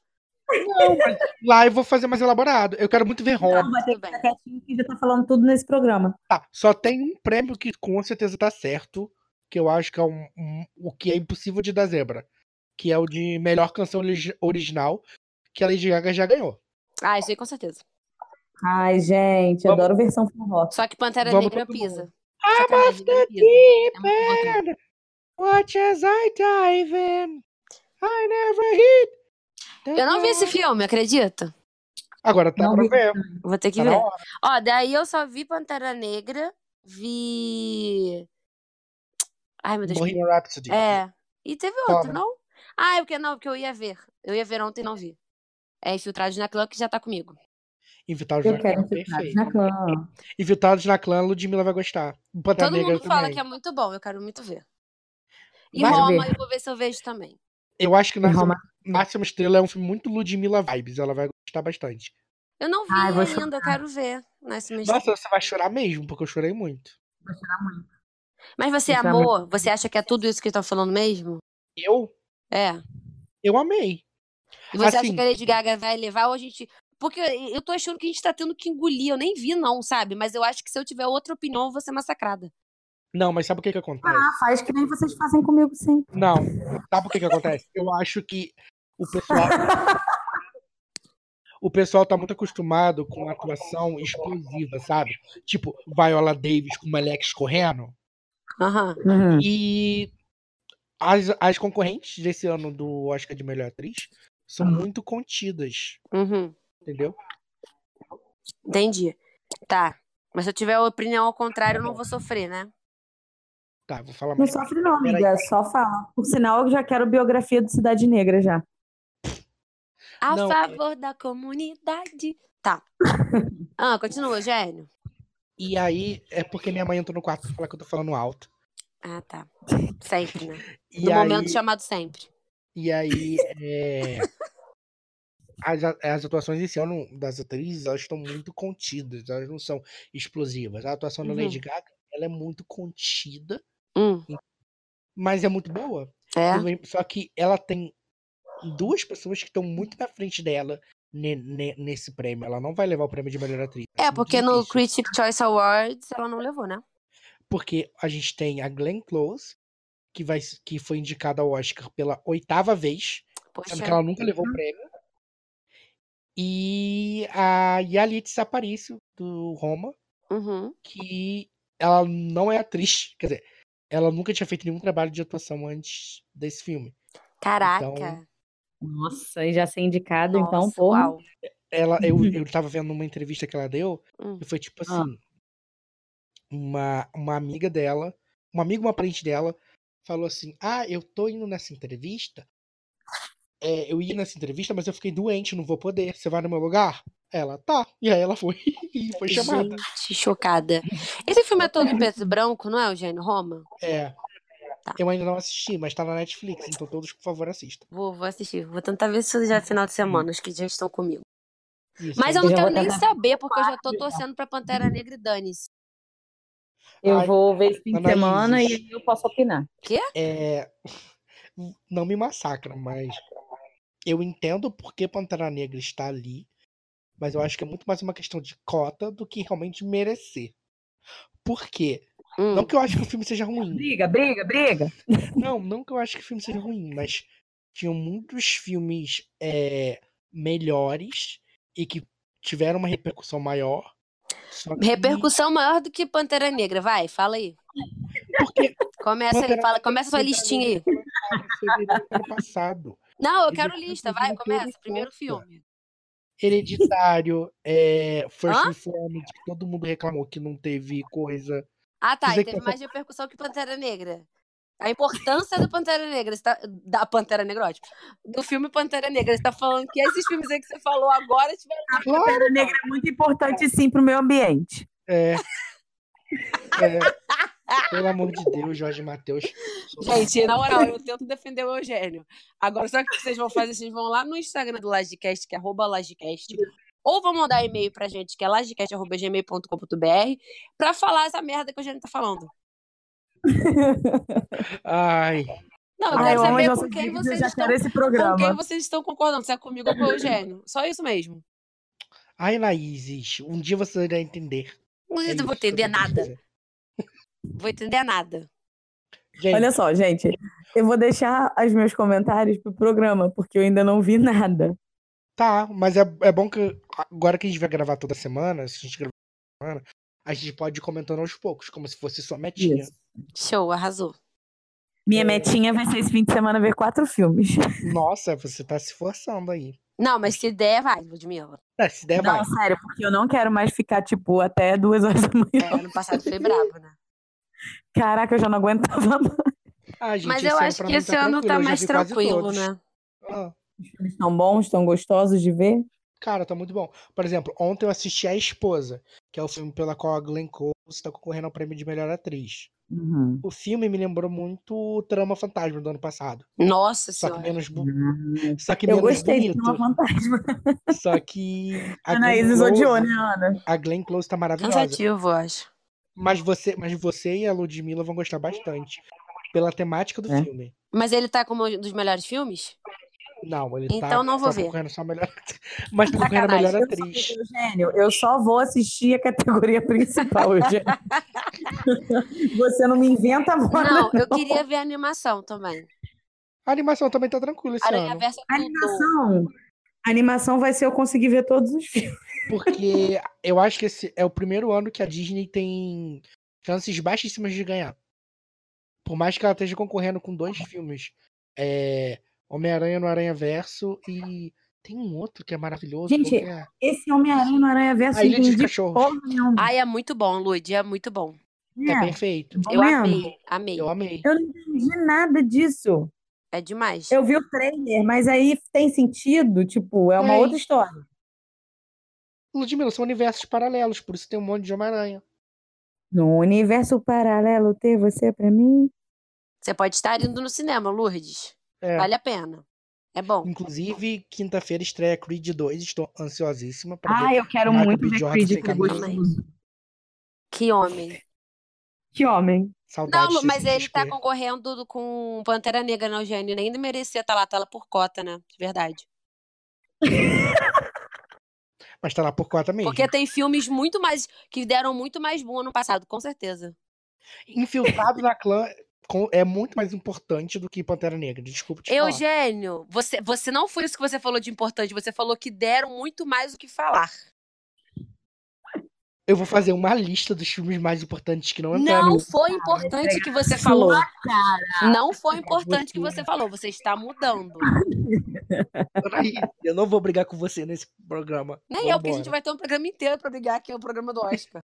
S7: lá eu vou fazer mais elaborado. Eu quero muito ver Roma.
S8: Não, vai ter
S4: tudo
S8: que
S4: bem.
S8: ficar quietinho que já tá falando tudo nesse programa.
S7: Tá, só tem um prêmio que com certeza tá certo, que eu acho que é um, um- o que é impossível de dar zebra, que é o de melhor canção origi- original, que a Lady Gaga já ganhou.
S4: Ah, isso aí com certeza.
S8: Ai, gente,
S7: Vamos.
S8: adoro versão forró.
S4: Só que Pantera
S7: Vamos Ah,
S4: Negra
S7: todo mundo.
S4: pisa. Sacanagem, Negra pisa. É muito bom também.
S7: Watch as I dive in. I never hit.
S4: Eu não vi esse filme, acredita?
S7: Agora tá
S8: Não
S7: pra
S8: vi.
S7: ver.
S4: Vou ter que
S7: Tá
S4: ver.
S7: na hora.
S4: Ó, daí eu só vi Pantera Negra, vi. Ai, meu Deus.
S7: Bohemian Rhapsody.
S4: É. E teve outro,
S7: Toma.
S4: não? Ah, é porque não, porque eu ia ver. Eu ia ver ontem e não vi. É Infiltrados na Clã que já tá comigo.
S7: Invitados
S8: Eu
S7: na
S8: quero né?
S7: Clã,
S8: infiltrados
S7: tá perfeito.
S8: na clã.
S7: Invitados na Clã, Ludmilla vai gostar. Pantera
S4: Todo
S7: Negra
S4: mundo fala
S7: também.
S4: que é muito bom, eu quero muito ver. E
S7: Vai
S4: Roma,
S8: ver.
S4: eu vou ver se eu vejo também.
S7: Eu acho que
S8: Em Roma.
S7: Nasce, Nasce uma Estrela é um filme muito Ludmilla vibes. Ela vai gostar bastante.
S4: Eu não vi
S7: Ah,
S8: Ai, vou
S4: ainda, eu quero ver. Nasce uma
S7: Nossa, você vai chorar mesmo, porque eu chorei muito.
S4: Mas você
S8: Isso é
S4: amou? Você acha que é tudo isso que estão falando mesmo?
S7: Eu?
S4: É.
S7: Eu amei.
S4: E você acha
S7: Assim-
S4: que a Lady Gaga vai levar ou a gente. Porque eu tô achando que a gente tá tendo que engolir, eu nem vi, não, sabe? Mas eu acho que se eu tiver outra opinião, eu vou ser massacrada.
S7: Não, mas sabe o que que acontece?
S8: Ah, faz que nem vocês fazem comigo sempre.
S7: Não. Sabe o que que acontece? Eu acho que o pessoal. O pessoal tá muito acostumado com a atuação explosiva, sabe? Tipo, Viola Davis com Alex correndo.
S4: Aham.
S7: Uhum. E as, as concorrentes desse ano do Oscar de Melhor Atriz são muito contidas,
S4: Uhum.
S7: entendeu?
S4: Entendi. Tá. Mas se eu tiver opinião ao contrário, eu não vou sofrer, né?
S7: Tá, vou falar
S8: Não
S7: mais.
S8: sofre não,
S7: Peraí.
S8: amiga. Só fala. Por sinal, eu já quero biografia do Cidade Negra já.
S4: A
S7: Não, é-
S4: favor da comunidade. Tá. Ah, continua, Eugênio.
S7: E aí, é porque minha mãe entrou no quarto pra falar que eu tô falando alto.
S4: Ah, tá. Sempre, né?
S7: E
S4: No
S7: aí,
S4: momento chamado sempre.
S7: E aí, é, as, a- as atuações desse ano das atrizes, elas estão muito contidas, elas não são explosivas. A atuação da Lady Gaga, ela é muito contida,
S4: Uhum. Hum,
S7: mas é muito boa.
S4: é.
S7: Tudo bem, Só que ela tem duas pessoas que estão muito na frente dela ne- ne- nesse prêmio. Ela não vai levar o prêmio de melhor atriz. vai
S4: É,
S7: ser muito
S4: porque no
S7: difícil.
S4: Critic Choice Awards ela não levou, né?
S7: Porque a gente tem a Glenn Close, que, vai, s- que foi indicada ao Oscar pela oitava vez. Sendo que
S4: Poxa.
S7: ela nunca levou o prêmio. E a Yalitza Aparicio, do Roma,
S4: Uhum.
S7: que ela não é atriz. Quer dizer, ela nunca tinha feito nenhum trabalho de atuação antes desse filme.
S4: Caraca.
S8: Nossa, e já ser indicado, então,
S4: Nossa,
S8: porra.
S4: uau.
S7: Ela, eu, eu tava vendo uma entrevista que ela deu,
S4: Hum.
S7: e foi tipo
S8: Ah.
S7: assim: uma, uma amiga dela, um amigo, uma parente dela, falou assim: Ah, eu tô indo nessa entrevista. É, eu ia nessa entrevista, mas eu fiquei doente, não vou poder. Você vai no meu lugar? Ela, tá. E aí ela foi e foi chamada.
S4: Gente, chocada. Esse filme é todo em preto e branco, não é, Eugênio Roma?
S7: É.
S4: tá.
S7: Eu ainda não assisti, mas tá na Netflix, então todos, por favor, assistam.
S4: Vou, vou assistir. Vou tentar ver se já é final de semana. Os que já estão comigo.
S7: Isso. é
S4: Mas eu não
S8: Eu
S4: quero
S8: vou
S4: nem
S8: tentar.
S4: saber, porque eu já tô torcendo pra Pantera Negra e Danis.
S8: Eu
S7: Ai,
S8: vou ver esse fim de
S7: analise.
S8: semana e aí eu posso opinar.
S7: É, não me massacra, mas eu entendo por que Pantera Negra está ali, mas eu
S4: Uhum.
S7: acho que é muito mais uma questão de cota do que realmente merecer. Por quê?
S4: Hum.
S7: Não que eu acho que o filme seja ruim.
S8: Briga, briga, briga.
S7: Não, não que eu acho que o filme seja ruim, mas tinham muitos filmes é, melhores e que tiveram uma repercussão maior. Só que-
S4: Repercussão maior do que Pantera Negra, vai, fala aí.
S7: Porque
S4: Começa aí,
S7: Pantera
S4: fala, começa a sua
S7: Negra né?
S4: listinha aí.
S7: foi do ano passado.
S4: Não, eu
S7: Ele
S4: quero
S7: foi
S4: lista,
S7: pro
S4: vai,
S7: filme todo
S4: começa. Primeiro
S7: é foda.
S4: filme.
S7: Hereditário, é, First
S4: Hã?
S7: and Foremost, que todo mundo reclamou que não teve coisa.
S4: Ah, tá, e
S7: Dizer que
S4: teve
S7: eu-
S4: mais repercussão que Pantera Negra. A importância da Pantera Negra, você tá- da Pantera Negra, ótimo. Do filme Pantera Negra, você tá falando que esses filmes aí que você falou agora tiveram.
S7: Claro!
S9: Pantera Negra é muito importante, sim, pro meio ambiente.
S7: É. É. Pelo amor de Deus, Jorge Matheus.
S4: Gente, na moral, eu tento defender o Eugênio. Agora, sabe o que vocês vão fazer? Vocês vão lá no Instagram do Lagecast, que é arroba Lagecast, ou vão mandar e-mail pra gente, que é lagecast.gmail.com.br, pra falar essa merda que o Eugênio tá falando.
S7: Ai,
S4: Não, eu
S9: Ai, eu
S4: quero
S9: amo as
S4: saber
S9: nossas
S4: com quem
S9: amigas, eu
S4: vocês
S9: já
S4: estão
S9: quero esse
S4: com quem
S9: programa.
S4: vocês estão concordando, se é comigo ou com o Eugênio. Só isso mesmo.
S7: ai, Naíses, um dia você irá entender.
S4: Mas
S7: É
S4: Eu não vou
S7: isso que eu
S4: entender
S7: tenho pra
S4: nada.
S7: dizer.
S4: Vou entender nada.
S7: Gente,
S9: Olha só, gente. Eu vou deixar os meus comentários pro programa, porque eu ainda não vi nada.
S7: tá, mas é, é bom que agora que a gente vai gravar toda semana, se a gente gravar toda semana, a gente pode ir comentando aos poucos, como se fosse sua metinha.
S9: Isso.
S4: Show, arrasou.
S9: Minha metinha vai ser esse fim de semana ver quatro filmes.
S7: Nossa, você tá se forçando aí.
S4: Não, mas se der, vai, Ludmilla.
S7: É, se der,
S9: não,
S7: vai.
S9: sério, porque eu não quero mais ficar, tipo, até duas horas da
S4: É,
S9: manhã.
S4: ano passado foi brabo, né?
S9: Caraca, eu já não aguentava mais.
S7: Ah, gente,
S4: mas
S7: esse
S4: eu
S7: ano
S4: acho
S7: pra
S4: que
S7: mim
S4: esse ano
S7: tranquilo,
S4: tá
S7: eu já
S4: mais
S7: vi quase
S4: tranquilo,
S7: todos.
S4: né?
S7: Ah,
S9: Eles Tão bons, tão gostosos de ver.
S7: cara, tá muito bom. Por exemplo, ontem eu assisti A Esposa, que é o filme pela qual a Glenn Close tá concorrendo ao prêmio de melhor atriz. O filme me lembrou muito o Trama Fantasma do ano passado.
S4: Nossa
S7: Só que é
S4: senhora.
S7: menos, bu- só que
S9: Eu
S7: menos
S9: gostei de
S7: bonito.
S9: uma fantasma.
S7: Só que.
S9: A
S7: Glenn
S9: Anaíses
S7: Close-
S9: odiou, né, Ana?
S7: A Glenn Close tá maravilhosa.
S4: Cansativo, eu acho.
S7: Mas você, mas você e a Ludmilla vão gostar bastante. Pela temática do
S9: É.
S7: filme.
S4: Mas ele tá como um dos melhores filmes?
S7: Não, ele tá.
S4: Então não vou
S7: tá
S4: ver.
S7: concorrendo só a melhor... Mas tá concorrendo a
S4: Sacanagem.
S7: melhor
S9: Eu sou
S7: atriz.
S9: do Eugênio, eu só vou assistir a categoria principal, Eugênio. Você não me inventa agora.
S4: Não, eu queria ver a animação também.
S7: A animação também tá tranquila esse
S4: Aranha
S7: ano.
S4: Versa
S9: A
S4: tudo.
S9: animação. A animação vai ser eu conseguir ver todos os filmes.
S7: Porque eu acho que esse é o primeiro ano que a Disney tem chances baixíssimas de ganhar. Por mais que ela esteja concorrendo com dois filmes. É, Homem-Aranha no Aranha Verso e. Tem um outro que é maravilhoso. qual
S9: Gente,
S7: que é?
S9: Esse Homem-Aranha no Aranha Verso
S4: assim,
S7: A Ilha dos
S9: entendi
S7: Cachorros.
S9: porra nenhuma.
S4: Ai, é muito bom, Lud, é muito bom.
S7: Tá
S9: É,
S7: perfeito.
S9: bom
S4: Eu
S9: mesmo.
S4: amei, amei.
S7: Eu amei.
S9: Eu não entendi nada disso.
S4: É demais.
S9: Eu vi o trailer, mas aí tem sentido, tipo, é uma
S7: Tem.
S9: outra história.
S7: Ludmilla, são universos paralelos, por isso tem um monte de Homem-Aranha.
S9: No universo paralelo ter você pra mim.
S4: Você pode estar indo no cinema, Lourdes.
S7: É.
S4: Vale a pena. É bom.
S7: Inclusive, quinta-feira estreia Creed 2. Estou ansiosíssima pra ver.
S9: Ah, eu quero
S7: Michael
S9: muito
S7: B.
S9: ver
S7: Jordan
S9: Creed,
S7: sem
S9: que
S7: camisa.
S9: gostoso.
S4: Que homem.
S9: Que homem.
S4: Não,
S7: Saudades
S4: Lu,
S7: desse
S4: mas ele tá
S7: desespero.
S4: concorrendo com Pantera Negra, não, Eugênio. Nem merecia estar lá, tá lá por cota, né? De verdade.
S7: Mas tá lá por quatro mesmo.
S4: Porque tem filmes muito mais. que deram muito mais boom no passado, com certeza.
S7: Infiltrado na clã com- é muito mais importante do que Pantera Negra. Desculpa te falar.
S4: Eugênio, você, você não foi isso que você falou de importante, você falou que deram muito mais o que falar.
S7: Eu vou fazer uma lista dos filmes mais importantes que não entraram.
S4: Não foi importante o que você falou. Não foi importante o que
S7: você.
S4: você falou. Você está mudando.
S7: Peraí, Eu não vou brigar com você nesse programa.
S4: Nem eu, porque a gente vai ter um programa inteiro pra brigar aqui, é o programa do Oscar.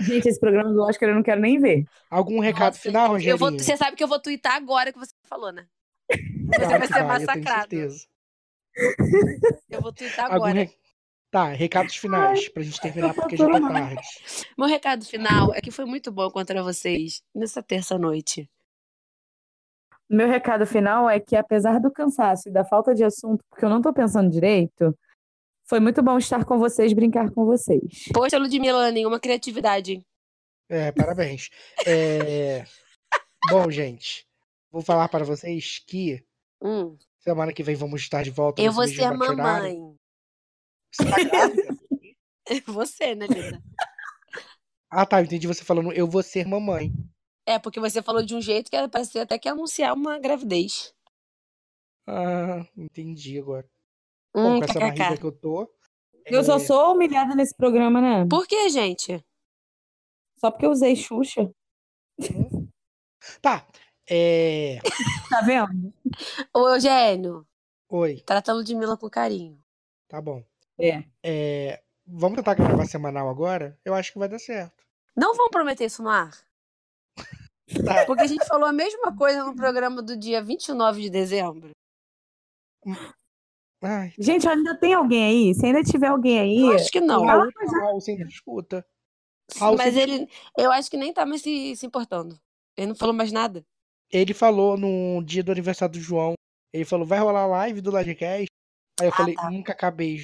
S9: Gente, esse programa do Oscar eu não quero nem ver.
S7: Algum recado
S4: Nossa,
S7: final, Rogerinho?
S4: Eu vou, você sabe que eu vou twittar agora que você falou, né?
S7: Claro
S4: Você vai
S7: que
S4: ser
S7: eu tenho
S4: massacrado.
S7: certeza.
S4: Eu vou twittar
S7: Algum
S4: agora.
S7: re- Tá, recados finais, pra gente terminar, porque já tá tarde.
S4: Meu recado final é que foi muito bom encontrar vocês nessa terça-noite.
S8: Meu recado final é que, apesar do cansaço e da falta de assunto, porque eu não tô pensando direito, foi muito bom estar com vocês, brincar com vocês.
S4: Poxa, Ludmila, nenhuma criatividade.
S7: É, parabéns. É, Bom, gente, vou falar para vocês que
S4: Hum,
S7: semana que vem vamos estar de volta.
S4: eu
S7: nesse
S4: vou
S7: mesmo
S4: ser a
S7: bate-horário.
S4: mamãe.
S7: Você tá grávida?
S4: Você, né, linda?
S7: ah, tá, eu entendi você falando eu vou ser mamãe.
S4: É, porque você falou de um jeito que era pra ser até que anunciar uma gravidez.
S7: Ah, entendi agora. Bom,
S4: Hum,
S7: com essa barriga assim.
S4: kkk.
S7: que eu tô.
S8: Eu só
S7: é,
S8: sou humilhada nesse programa, né?
S4: Por que, gente?
S8: Só porque eu usei Xuxa.
S7: Tá. É...
S8: Tá vendo?
S4: Ô, Eugênio,
S7: Oi,
S4: trata a Ludmilla com carinho.
S7: tá bom.
S8: É.
S7: É, Vamos tentar gravar semanal agora? Eu acho que vai dar certo.
S4: Não vão prometer isso no ar.
S7: Tá.
S4: Porque a gente falou a mesma coisa no programa do dia 29 de dezembro.
S7: Ai,
S8: Gente, ainda tem alguém aí? Se ainda tiver alguém
S4: Eu
S8: aí,
S4: acho que não.
S7: o Raul, o Raul sempre escuta. Raul
S4: Mas
S7: sempre
S4: ele, eu acho que nem tá mais se, se importando. Ele não falou mais nada.
S7: Ele falou no dia do aniversário do João. Ele falou, vai rolar live do Livecast?
S4: Ah,
S7: Aí eu falei,
S4: tá.
S7: nunca acabei.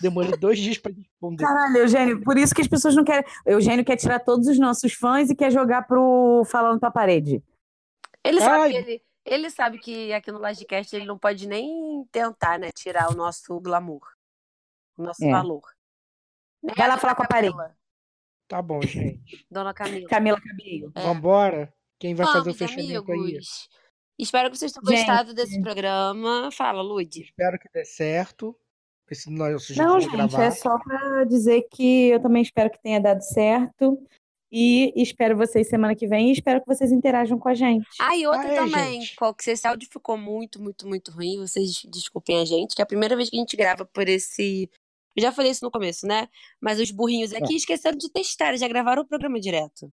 S7: Demorei dois dias pra responder.
S8: Caralho, Eugênio, por isso que as pessoas não querem. Eugênio quer tirar todos os nossos fãs e quer jogar pro falando pra parede.
S4: Ele sabe,
S7: Ai.
S4: que ele, ele sabe que aqui no Lastcast ele não pode nem tentar, né? Tirar o nosso glamour. O nosso
S8: É.
S4: valor. Né,
S8: Vai lá
S4: dona
S8: falar com a
S4: Camila?
S7: Tá bom, gente.
S4: Dona Camila.
S8: Camila Cabello.
S4: É.
S7: Vambora? Quem vai fazer o
S4: Vamos,
S7: fechamento aí?
S4: amigos. Espero que vocês tenham
S8: Gente.
S4: gostado desse programa. Fala, Lud.
S7: Espero que dê certo. Esse nosso jeito
S8: Não,
S7: de
S8: gente,
S7: gravar.
S8: é só pra dizer que eu também espero que tenha dado certo. E espero vocês semana que vem e espero que vocês interajam com a gente.
S4: Ah, e outra
S7: Ah, é,
S4: também.
S7: gente.
S4: Qual que se esse áudio ficou muito, muito, muito ruim, vocês desculpem a gente, que é a primeira vez que a gente grava por esse. Eu já falei isso no começo, né? Mas os burrinhos
S7: É.
S4: aqui esqueceram de testar, já gravaram o programa direto.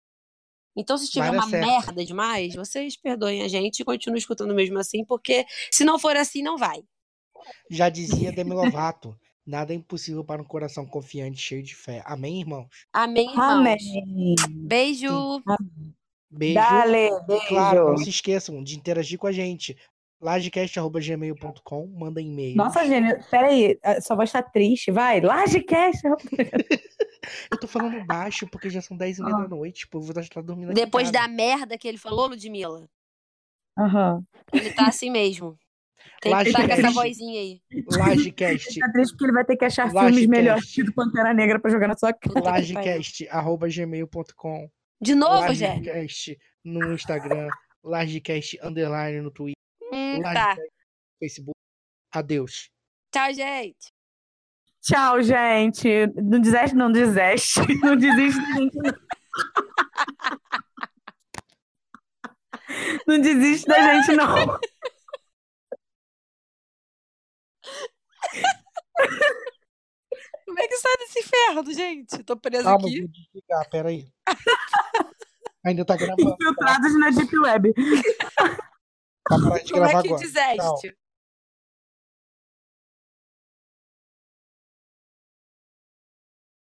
S4: Então, se tiver
S7: Vai dar
S4: uma
S7: certo.
S4: merda demais, vocês perdoem a gente e continuem escutando mesmo assim, porque se não for assim, não vai.
S7: Já dizia Demi Lovato. Nada é impossível para um coração confiante, cheio de fé. Amém, irmãos?
S4: Amém,
S7: Ah,
S4: irmãos.
S8: Amém.
S4: Beijo.
S7: Beijo.
S8: Dale,
S7: E claro, não
S8: beijo.
S7: se esqueçam de interagir com a gente. lagecast.gmail.com, manda e-mail.
S8: Nossa, Eugênio, peraí, ah, só vai estar triste. Vai, Lajecast.
S7: Eu tô falando baixo porque já são 10 e
S8: Ah.
S7: meia da noite. O povo já tá dormindo aqui em
S4: Depois da
S7: casa.
S4: merda que ele falou, Ludmilla,
S8: Aham.
S4: ele tá assim mesmo. Tem que estar com essa
S7: Lagecast.
S4: vozinha aí.
S7: Lagecast.
S8: Tá triste porque ele vai ter que achar
S7: Lajecast.
S8: filmes melhores que o do Pantera Negra pra jogar na sua cara.
S4: Puta que pariu.
S7: Lagecast, arroba gmail.com.
S4: De novo, Jé?
S7: Lagecast no Instagram. Lagecast underline no Twitter.
S4: Hum, tá.
S7: Lagecast no Facebook. Adeus.
S4: Tchau, gente.
S8: Tchau, gente. Não desiste, não desiste. Não desiste da gente. não. Não desiste da gente, não.
S4: Como é que sai desse inferno, gente? Tô preso
S7: Calma,
S4: aqui.
S7: vou desligar, peraí. Ainda tá gravando.
S8: Infiltrados na Deep Web.
S7: Tá parado de
S4: Como
S7: gravar
S4: é que
S7: agora.
S4: dizeste?
S7: Tchau.